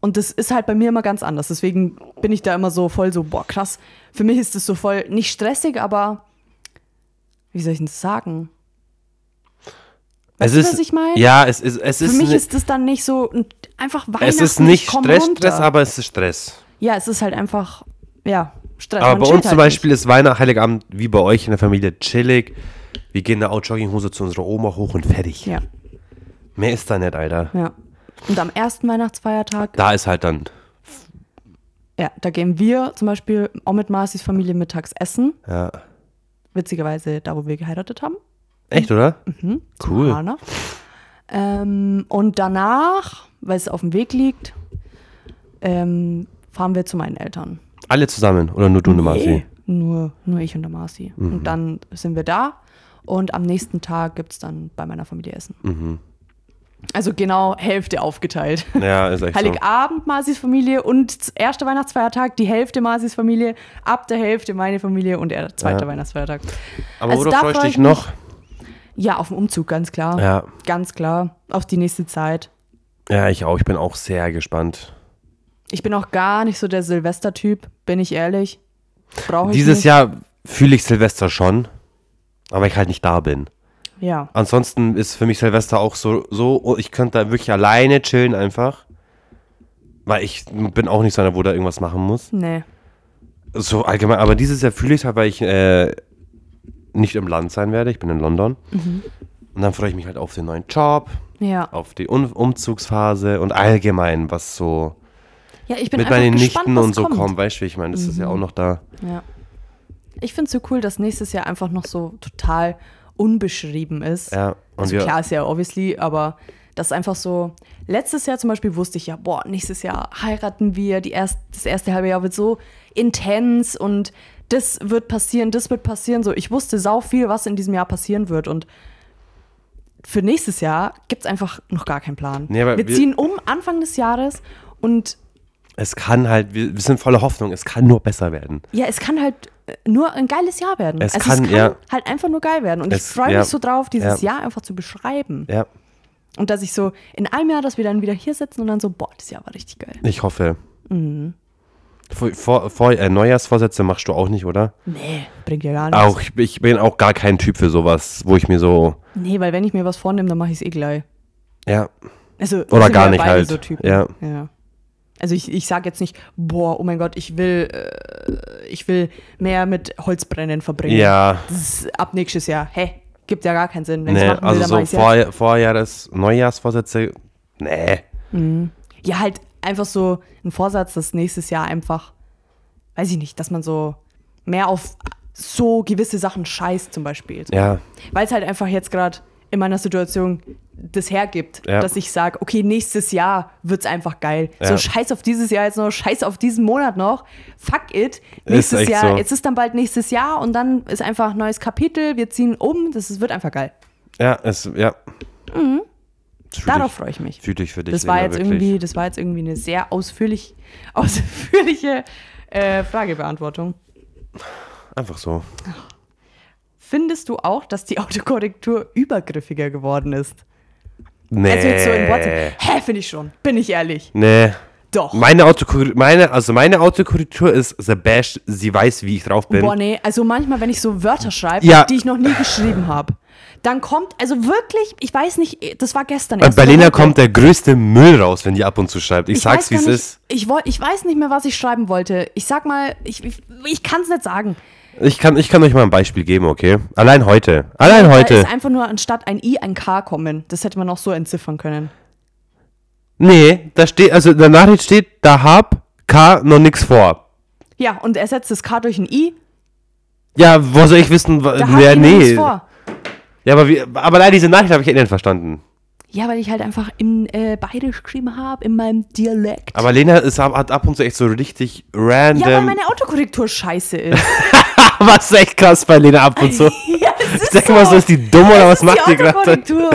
Speaker 2: Und das ist halt bei mir immer ganz anders. Deswegen bin ich da immer so voll so, boah, krass. Für mich ist das so voll, nicht stressig, aber wie soll ich denn das sagen?
Speaker 1: Es
Speaker 2: du,
Speaker 1: ist,
Speaker 2: was ich meine?
Speaker 1: Ja, es ist, es
Speaker 2: Für
Speaker 1: ist,
Speaker 2: mich
Speaker 1: ne-
Speaker 2: ist das dann nicht so ein- einfach Weihnachten.
Speaker 1: es ist nicht
Speaker 2: ich komm
Speaker 1: Stress,
Speaker 2: runter.
Speaker 1: Stress, aber es ist Stress.
Speaker 2: Ja, es ist halt einfach, ja, Stress.
Speaker 1: Aber
Speaker 2: Man
Speaker 1: bei
Speaker 2: chillt
Speaker 1: uns zum
Speaker 2: halt
Speaker 1: Beispiel ist Weihnachten, Heiligabend wie bei euch in der Familie chillig. Wir gehen da auch Jogginghose zu unserer Oma hoch und fertig.
Speaker 2: Nicht. Ja,
Speaker 1: Mehr ist da nicht, Alter.
Speaker 2: ja. Und am ersten Weihnachtsfeiertag,
Speaker 1: Da ist halt dann,
Speaker 2: ja, da gehen wir zum Beispiel auch mit Marcis Familie mittags essen.
Speaker 1: ja.
Speaker 2: Witzigerweise da, wo wir geheiratet haben.
Speaker 1: Echt, oder?
Speaker 2: Mhm.
Speaker 1: Cool.
Speaker 2: Hanna. ne? Ähm, und danach, weil es auf dem Weg liegt, ähm, fahren wir zu meinen Eltern.
Speaker 1: Alle zusammen oder nur du und
Speaker 2: Nee,
Speaker 1: Marci? Mhm.
Speaker 2: Nur, nur ich und der Marci. Und dann sind wir da und am nächsten Tag gibt es dann bei meiner Familie Essen. Also genau Hälfte aufgeteilt.
Speaker 1: Ja, Mhm. ist echt
Speaker 2: Heiligabend Marcis Familie und z- erster Weihnachtsfeiertag die Hälfte Marcis Familie, ab der Hälfte meine Familie und der zweite
Speaker 1: Ja.
Speaker 2: Weihnachtsfeiertag.
Speaker 1: so. Aber
Speaker 2: Also da
Speaker 1: worauf freust
Speaker 2: freu
Speaker 1: du
Speaker 2: ich
Speaker 1: dich noch?
Speaker 2: Ja, auf dem Umzug, ganz klar.
Speaker 1: Ja.
Speaker 2: Ganz klar. Auf die nächste Zeit.
Speaker 1: Ja, ich auch. Ich bin auch sehr gespannt.
Speaker 2: Ich bin auch gar nicht so der Silvester-Typ, bin ich ehrlich. Brauche ich
Speaker 1: Dieses
Speaker 2: nicht.
Speaker 1: Jahr fühle ich Silvester schon, aber ich halt nicht da bin.
Speaker 2: Ja.
Speaker 1: Ansonsten ist für mich Silvester auch so, so oh, ich könnte da wirklich alleine chillen einfach. Weil ich bin auch nicht so einer, wo da irgendwas machen muss.
Speaker 2: Nee.
Speaker 1: So allgemein, aber dieses Jahr fühle ich es halt, weil ich äh, nicht im Land sein werde. Ich bin in London.
Speaker 2: Mhm.
Speaker 1: Und dann freue ich mich halt auf den neuen Job,
Speaker 2: Ja.
Speaker 1: auf die Un Umzugsphase und allgemein, was so
Speaker 2: Ja, ich bin
Speaker 1: mit
Speaker 2: einfach
Speaker 1: meinen
Speaker 2: Also gespannt,
Speaker 1: Nichten
Speaker 2: was
Speaker 1: und so
Speaker 2: kommt. Mhm.
Speaker 1: kommt. Weißt du, wie ich meine? Das ist ja auch noch da.
Speaker 2: Ja. Ich finde es so cool, dass nächstes Jahr einfach noch so total unbeschrieben ist.
Speaker 1: Ja, und
Speaker 2: also
Speaker 1: wir-
Speaker 2: klar ist ja obviously, aber Das ist einfach so, letztes Jahr zum Beispiel wusste ich ja, boah, nächstes Jahr heiraten wir, die erst, das erste halbe Jahr wird so intens und das wird passieren, das wird passieren. So, ich wusste sau viel, was in diesem Jahr passieren wird. Und für nächstes Jahr gibt es einfach noch gar keinen Plan.
Speaker 1: Nee, aber
Speaker 2: wir
Speaker 1: wir-
Speaker 2: ziehen um Anfang des Jahres und
Speaker 1: Es kann halt, wir, wir sind voller Hoffnung, es kann nur besser werden.
Speaker 2: Ja, es kann halt äh, nur ein geiles Jahr werden.
Speaker 1: Es kann, ja.
Speaker 2: halt einfach nur geil werden. Und
Speaker 1: Es-
Speaker 2: ich freue mich
Speaker 1: ja.
Speaker 2: so drauf, dieses
Speaker 1: Ja.
Speaker 2: Jahr einfach zu beschreiben.
Speaker 1: Ja,
Speaker 2: Und dass ich so in einem Jahr, dass wir dann wieder hier sitzen und dann so, boah, das Jahr war richtig geil.
Speaker 1: ich hoffe.
Speaker 2: Mhm.
Speaker 1: Vor, vor, vor, äh, Neujahrsvorsätze machst du auch nicht, oder?
Speaker 2: Nee, bringt ja gar nichts.
Speaker 1: Auch, ich- ich bin auch gar kein Typ für sowas, wo ich mir so,
Speaker 2: Nee, weil wenn ich mir was vornehme, dann mache ich es eh gleich.
Speaker 1: ja,
Speaker 2: Also,
Speaker 1: Oder
Speaker 2: sind
Speaker 1: gar
Speaker 2: ja
Speaker 1: nicht
Speaker 2: beide
Speaker 1: halt.
Speaker 2: So Typen.
Speaker 1: Ja.
Speaker 2: ja. Also ich, ich sage jetzt nicht, boah, oh mein Gott, ich will, äh, ich will mehr mit Holzbrennen verbringen.
Speaker 1: ja,
Speaker 2: Das ist ab nächstes Jahr. Hä? Gibt ja gar keinen Sinn. Wenn
Speaker 1: nee,
Speaker 2: machen will,
Speaker 1: also
Speaker 2: dann
Speaker 1: so
Speaker 2: mach ich's jetzt.
Speaker 1: vor, Vorjahres, Neujahrsvorsätze, ne, nee,
Speaker 2: Ja, halt einfach so ein Vorsatz, dass nächstes Jahr einfach, weiß ich nicht, dass man so mehr auf so gewisse Sachen scheißt zum Beispiel.
Speaker 1: ja,
Speaker 2: Weil es halt einfach jetzt gerade in meiner Situation das hergibt,
Speaker 1: Ja.
Speaker 2: dass ich sage, okay, nächstes Jahr wird's einfach geil.
Speaker 1: Ja.
Speaker 2: So scheiß auf dieses Jahr jetzt noch, scheiß auf diesen Monat noch, fuck it. Nächstes
Speaker 1: echt
Speaker 2: Jahr,
Speaker 1: so.
Speaker 2: jetzt ist dann bald nächstes Jahr und dann ist einfach ein neues Kapitel, wir ziehen um, das ist- wird einfach geil.
Speaker 1: ja, es, ja. Mhm.
Speaker 2: Darauf freue ich mich.
Speaker 1: Fühl dich für dich.
Speaker 2: Das war
Speaker 1: Lena,
Speaker 2: jetzt
Speaker 1: wirklich.
Speaker 2: irgendwie, das war jetzt irgendwie eine sehr ausführlich, ausführliche äh, Fragebeantwortung.
Speaker 1: Einfach so.
Speaker 2: Findest du auch, dass die Autokorrektur übergriffiger geworden ist?
Speaker 1: Nee.
Speaker 2: Also jetzt so in WhatsApp. Hä, finde ich schon. Bin ich ehrlich.
Speaker 1: Nee.
Speaker 2: Doch.
Speaker 1: Ne. Meine Autokorrektur, meine, also meine Autokorrektur ist The Bash, sie weiß, wie ich drauf bin.
Speaker 2: Boah, nee, also manchmal, wenn ich so Wörter schreibe,
Speaker 1: Ja.
Speaker 2: die ich noch nie geschrieben habe, dann kommt, also wirklich, ich weiß nicht, das war gestern
Speaker 1: Und bei
Speaker 2: oder
Speaker 1: Lena
Speaker 2: heute.
Speaker 1: kommt der größte Müll raus, wenn die ab und zu schreibt. Ich,
Speaker 2: Ich
Speaker 1: sag's,
Speaker 2: weiß
Speaker 1: wie
Speaker 2: gar
Speaker 1: es
Speaker 2: nicht,
Speaker 1: ist.
Speaker 2: Ich, woll, ich weiß nicht mehr, was ich schreiben wollte. Ich sag mal, ich, ich, ich kann es nicht sagen.
Speaker 1: Ich kann, ich kann euch mal ein Beispiel geben, okay? Allein heute. Allein
Speaker 2: Da
Speaker 1: heute.
Speaker 2: ist einfach nur anstatt ein I ein K kommen. Das hätte man auch so entziffern können.
Speaker 1: Nee, da steht, also in der Nachricht steht, da hab K noch nix vor.
Speaker 2: Ja, und ersetzt das K durch ein I.
Speaker 1: Ja, wo soll ich wissen, wa-
Speaker 2: Da hab
Speaker 1: wer,
Speaker 2: ich nee. nichts
Speaker 1: nee.
Speaker 2: vor.
Speaker 1: Ja, aber, wie, aber allein diese Nachricht habe ich eh nicht verstanden.
Speaker 2: Ja, weil ich halt einfach in äh, Bayerisch geschrieben habe, in meinem Dialekt.
Speaker 1: Aber ähm, Lena ist, ab- hat ab und zu echt so richtig
Speaker 2: ja, weil
Speaker 1: random.
Speaker 2: meine Autokorrektur scheiße ist.
Speaker 1: was echt krass bei Lena ab und zu.
Speaker 2: ja, das ist
Speaker 1: Sag mal so, ist die dumm oder was macht
Speaker 2: die
Speaker 1: ihr gerade?
Speaker 2: Autokorrektur.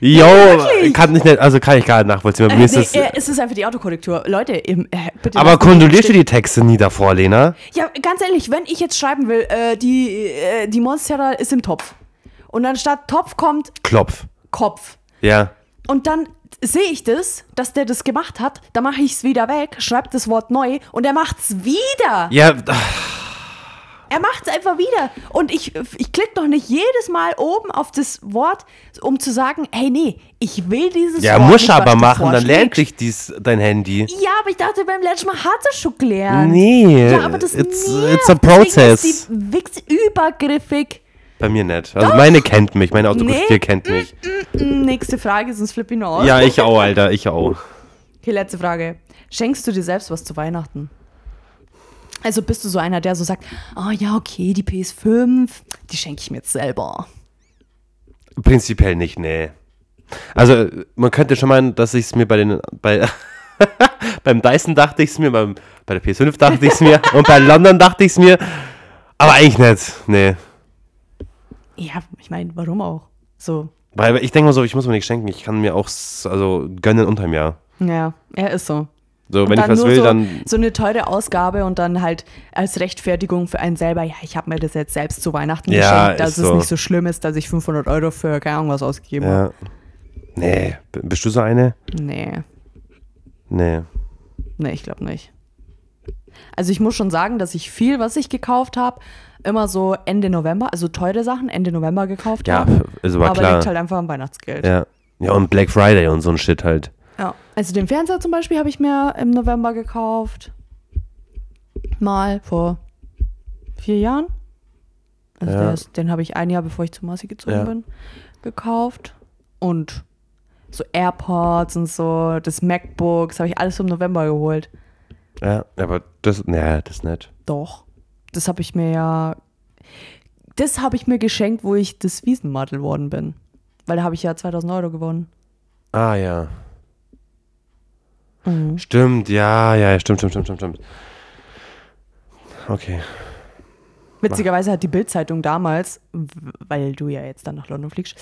Speaker 1: Yo,
Speaker 2: wirklich.
Speaker 1: kann ich nicht, also kann ich gar nicht nachvollziehen. Bei mir
Speaker 2: Äh,
Speaker 1: ist
Speaker 2: nee,
Speaker 1: das,
Speaker 2: äh, es ist einfach die Autokorrektur. Leute, im, äh, bitte.
Speaker 1: aber
Speaker 2: lasst mich
Speaker 1: kontrollierst du
Speaker 2: stehen.
Speaker 1: die Texte nie davor, Lena?
Speaker 2: Ja, ganz ehrlich, wenn ich jetzt schreiben will, äh, die, äh, die Monstera ist im Topf. Und anstatt Topf kommt
Speaker 1: Klopf.
Speaker 2: Kopf.
Speaker 1: Ja.
Speaker 2: Und dann sehe ich das, dass der das gemacht hat, dann mache ich es wieder weg, schreibe das Wort neu und er macht's wieder.
Speaker 1: Ja,
Speaker 2: Er macht's einfach wieder. Und ich, ich klicke doch nicht jedes Mal oben auf das Wort, um zu sagen, hey, nee, ich will dieses
Speaker 1: ja
Speaker 2: Wort.
Speaker 1: musst
Speaker 2: nicht,
Speaker 1: du aber
Speaker 2: was du
Speaker 1: machen, dann lernt
Speaker 2: vorschlägst.
Speaker 1: dich dies, dein Handy.
Speaker 2: Ja, aber ich dachte, beim letzten Mal hat er schon gelernt.
Speaker 1: Nee,
Speaker 2: Ja, aber das
Speaker 1: Äh, it's,
Speaker 2: nervt.
Speaker 1: it's a
Speaker 2: Deswegen ist
Speaker 1: process.
Speaker 2: Die wichs übergriffig.
Speaker 1: Bei mir nicht. Also meine kennt mich, meine Autokorrektur
Speaker 2: Nee.
Speaker 1: kennt mich.
Speaker 2: Mm, Nächste Frage, sonst flippe ich noch aus.
Speaker 1: Ja, ich auch, Alter, ich auch.
Speaker 2: Okay, letzte Frage. Schenkst du dir selbst was zu Weihnachten? Also bist du so einer, der so sagt, oh ja, okay, die PS5, die schenke ich mir jetzt selber.
Speaker 1: Prinzipiell nicht, nee. Also, man könnte schon meinen, dass ich es mir bei den. Bei, beim Dyson dachte ich es mir, beim, bei der PS5 dachte ich es mir und bei London dachte ich es mir. Aber eigentlich nicht, nee.
Speaker 2: Ja, ich meine, warum auch? So,
Speaker 1: Weil ich denke mal so, ich muss mir nichts schenken. Ich kann mir auch s- also gönnen unterm Jahr.
Speaker 2: ja, er ist so.
Speaker 1: So,
Speaker 2: Und
Speaker 1: wenn ich was will,
Speaker 2: so,
Speaker 1: dann.
Speaker 2: so eine teure Ausgabe und dann halt als Rechtfertigung für einen selber, ja, ich habe mir das jetzt selbst zu Weihnachten
Speaker 1: Ja,
Speaker 2: geschenkt, dass
Speaker 1: ist
Speaker 2: es
Speaker 1: so.
Speaker 2: nicht so schlimm ist, dass ich 500 Euro für keine Ahnung was ausgegeben habe.
Speaker 1: Ja. Nee. B- Bist du so eine?
Speaker 2: Nee.
Speaker 1: Nee.
Speaker 2: Nee, ich glaube nicht. Also ich muss schon sagen, dass ich viel, was ich gekauft habe, immer so Ende November, also teure Sachen Ende November gekauft
Speaker 1: Ja,
Speaker 2: habe.
Speaker 1: ist aber
Speaker 2: Aber
Speaker 1: klar.
Speaker 2: liegt halt einfach am Weihnachtsgeld. Ja.
Speaker 1: Ja. Ja, und Black Friday und so ein Shit halt.
Speaker 2: Also den Fernseher zum Beispiel habe ich mir im November gekauft. Mal vor vier Jahren. Also
Speaker 1: Ja.
Speaker 2: der ist, den habe ich ein Jahr, bevor ich zu Marci gezogen
Speaker 1: Ja.
Speaker 2: bin, gekauft. Und so AirPods und so, das MacBook, das habe ich alles im November geholt.
Speaker 1: Ja, aber das. Nee, das nicht.
Speaker 2: Doch. Das habe ich mir ja. Das habe ich mir geschenkt, wo ich das Wiesenmadel worden bin. Weil da habe ich ja 2000 Euro gewonnen.
Speaker 1: Ah ja.
Speaker 2: Mhm.
Speaker 1: Stimmt, ja, ja, ja, stimmt, stimmt, stimmt, stimmt, stimmt. Okay.
Speaker 2: Witzigerweise hat die Bild-Zeitung damals, w- weil du ja jetzt dann nach London fliegst,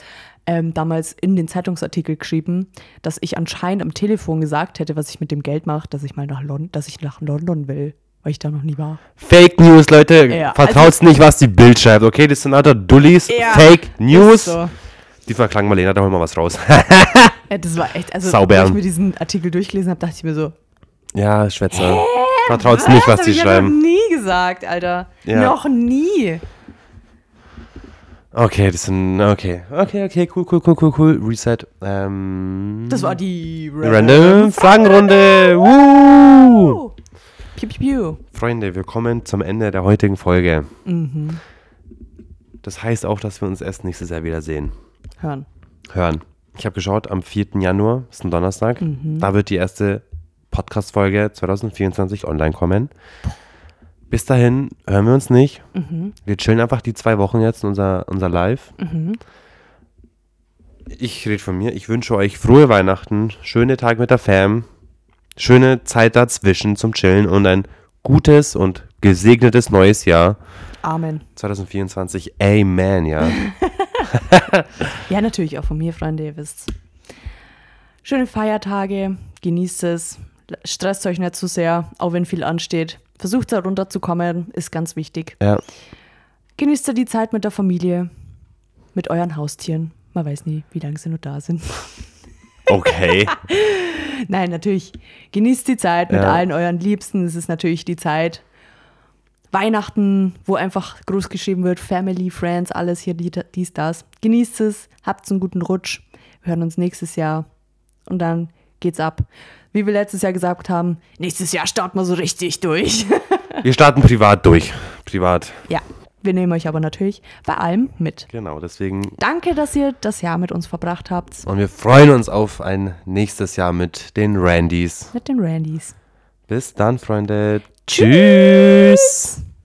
Speaker 2: ähm, damals in den Zeitungsartikel geschrieben, dass ich anscheinend am Telefon gesagt hätte, was ich mit dem Geld mache, dass ich mal nach London, dass ich nach London will, weil ich da noch nie war.
Speaker 1: Fake News, Leute.
Speaker 2: Ja, also
Speaker 1: Vertraut's nicht, was die Bild schreibt, okay? Das sind alter Dullis. Fake News.
Speaker 2: So.
Speaker 1: Die verklang Marlena, da holen wir was raus.
Speaker 2: Ja, das war echt, also
Speaker 1: Saubern.
Speaker 2: als ich mir diesen Artikel durchgelesen habe, dachte ich mir so,
Speaker 1: ja, Schwätzer. Vertraut's nicht, was
Speaker 2: hab
Speaker 1: die
Speaker 2: ich ja noch
Speaker 1: schreiben.
Speaker 2: nie gesagt, Alter.
Speaker 1: Ja.
Speaker 2: Noch nie.
Speaker 1: Okay, das sind. Okay. Okay, okay, cool, cool, cool, cool, cool. Reset. Ähm.
Speaker 2: Das war die
Speaker 1: Random Fragenrunde. Woo!
Speaker 2: Piu, piu, piu.
Speaker 1: Freunde, wir kommen zum Ende der heutigen Folge. Das heißt auch, dass wir uns erst nächstes Jahr wiedersehen.
Speaker 2: Hören.
Speaker 1: Hören. Ich habe geschaut, am 4. Januar, ist ein Donnerstag, da wird die erste Podcast-Folge 2024 online kommen. Bis dahin hören wir uns nicht. Wir chillen einfach die zwei Wochen jetzt in unser, unser Live.
Speaker 2: Mhm.
Speaker 1: Ich rede von mir. Ich wünsche euch frohe Weihnachten, schöne Tage mit der Fam, schöne Zeit dazwischen zum Chillen und ein gutes und gesegnetes neues Jahr
Speaker 2: Amen.
Speaker 1: 2024. Amen, ja.
Speaker 2: Ja, natürlich auch von mir, Freunde, ihr wisst's. Schöne Feiertage, genießt es, l- stresst euch nicht zu sehr, auch wenn viel ansteht. Versucht da runterzukommen, ist ganz wichtig.
Speaker 1: ja.
Speaker 2: Genießt da die Zeit mit der Familie, mit euren Haustieren. Man weiß nie, wie lange sie nur da sind.
Speaker 1: Okay.
Speaker 2: Nein, natürlich. Genießt die Zeit mit
Speaker 1: Ja.
Speaker 2: allen euren Liebsten. Es ist natürlich die Zeit Weihnachten, wo einfach groß geschrieben wird, Family, Friends, alles hier, die- dies, das. Genießt es, habt einen guten Rutsch. Wir hören uns nächstes Jahr und dann geht's ab. Wie wir letztes Jahr gesagt haben, nächstes Jahr starten wir so richtig durch.
Speaker 1: Wir starten privat durch. Privat.
Speaker 2: ja, wir nehmen euch aber natürlich bei allem mit.
Speaker 1: Genau, deswegen.
Speaker 2: Danke, dass ihr das Jahr mit uns verbracht habt,
Speaker 1: Und wir freuen uns auf ein nächstes Jahr mit den Randys.
Speaker 2: mit den Randys.
Speaker 1: Bis dann, Freunde. Tschüss.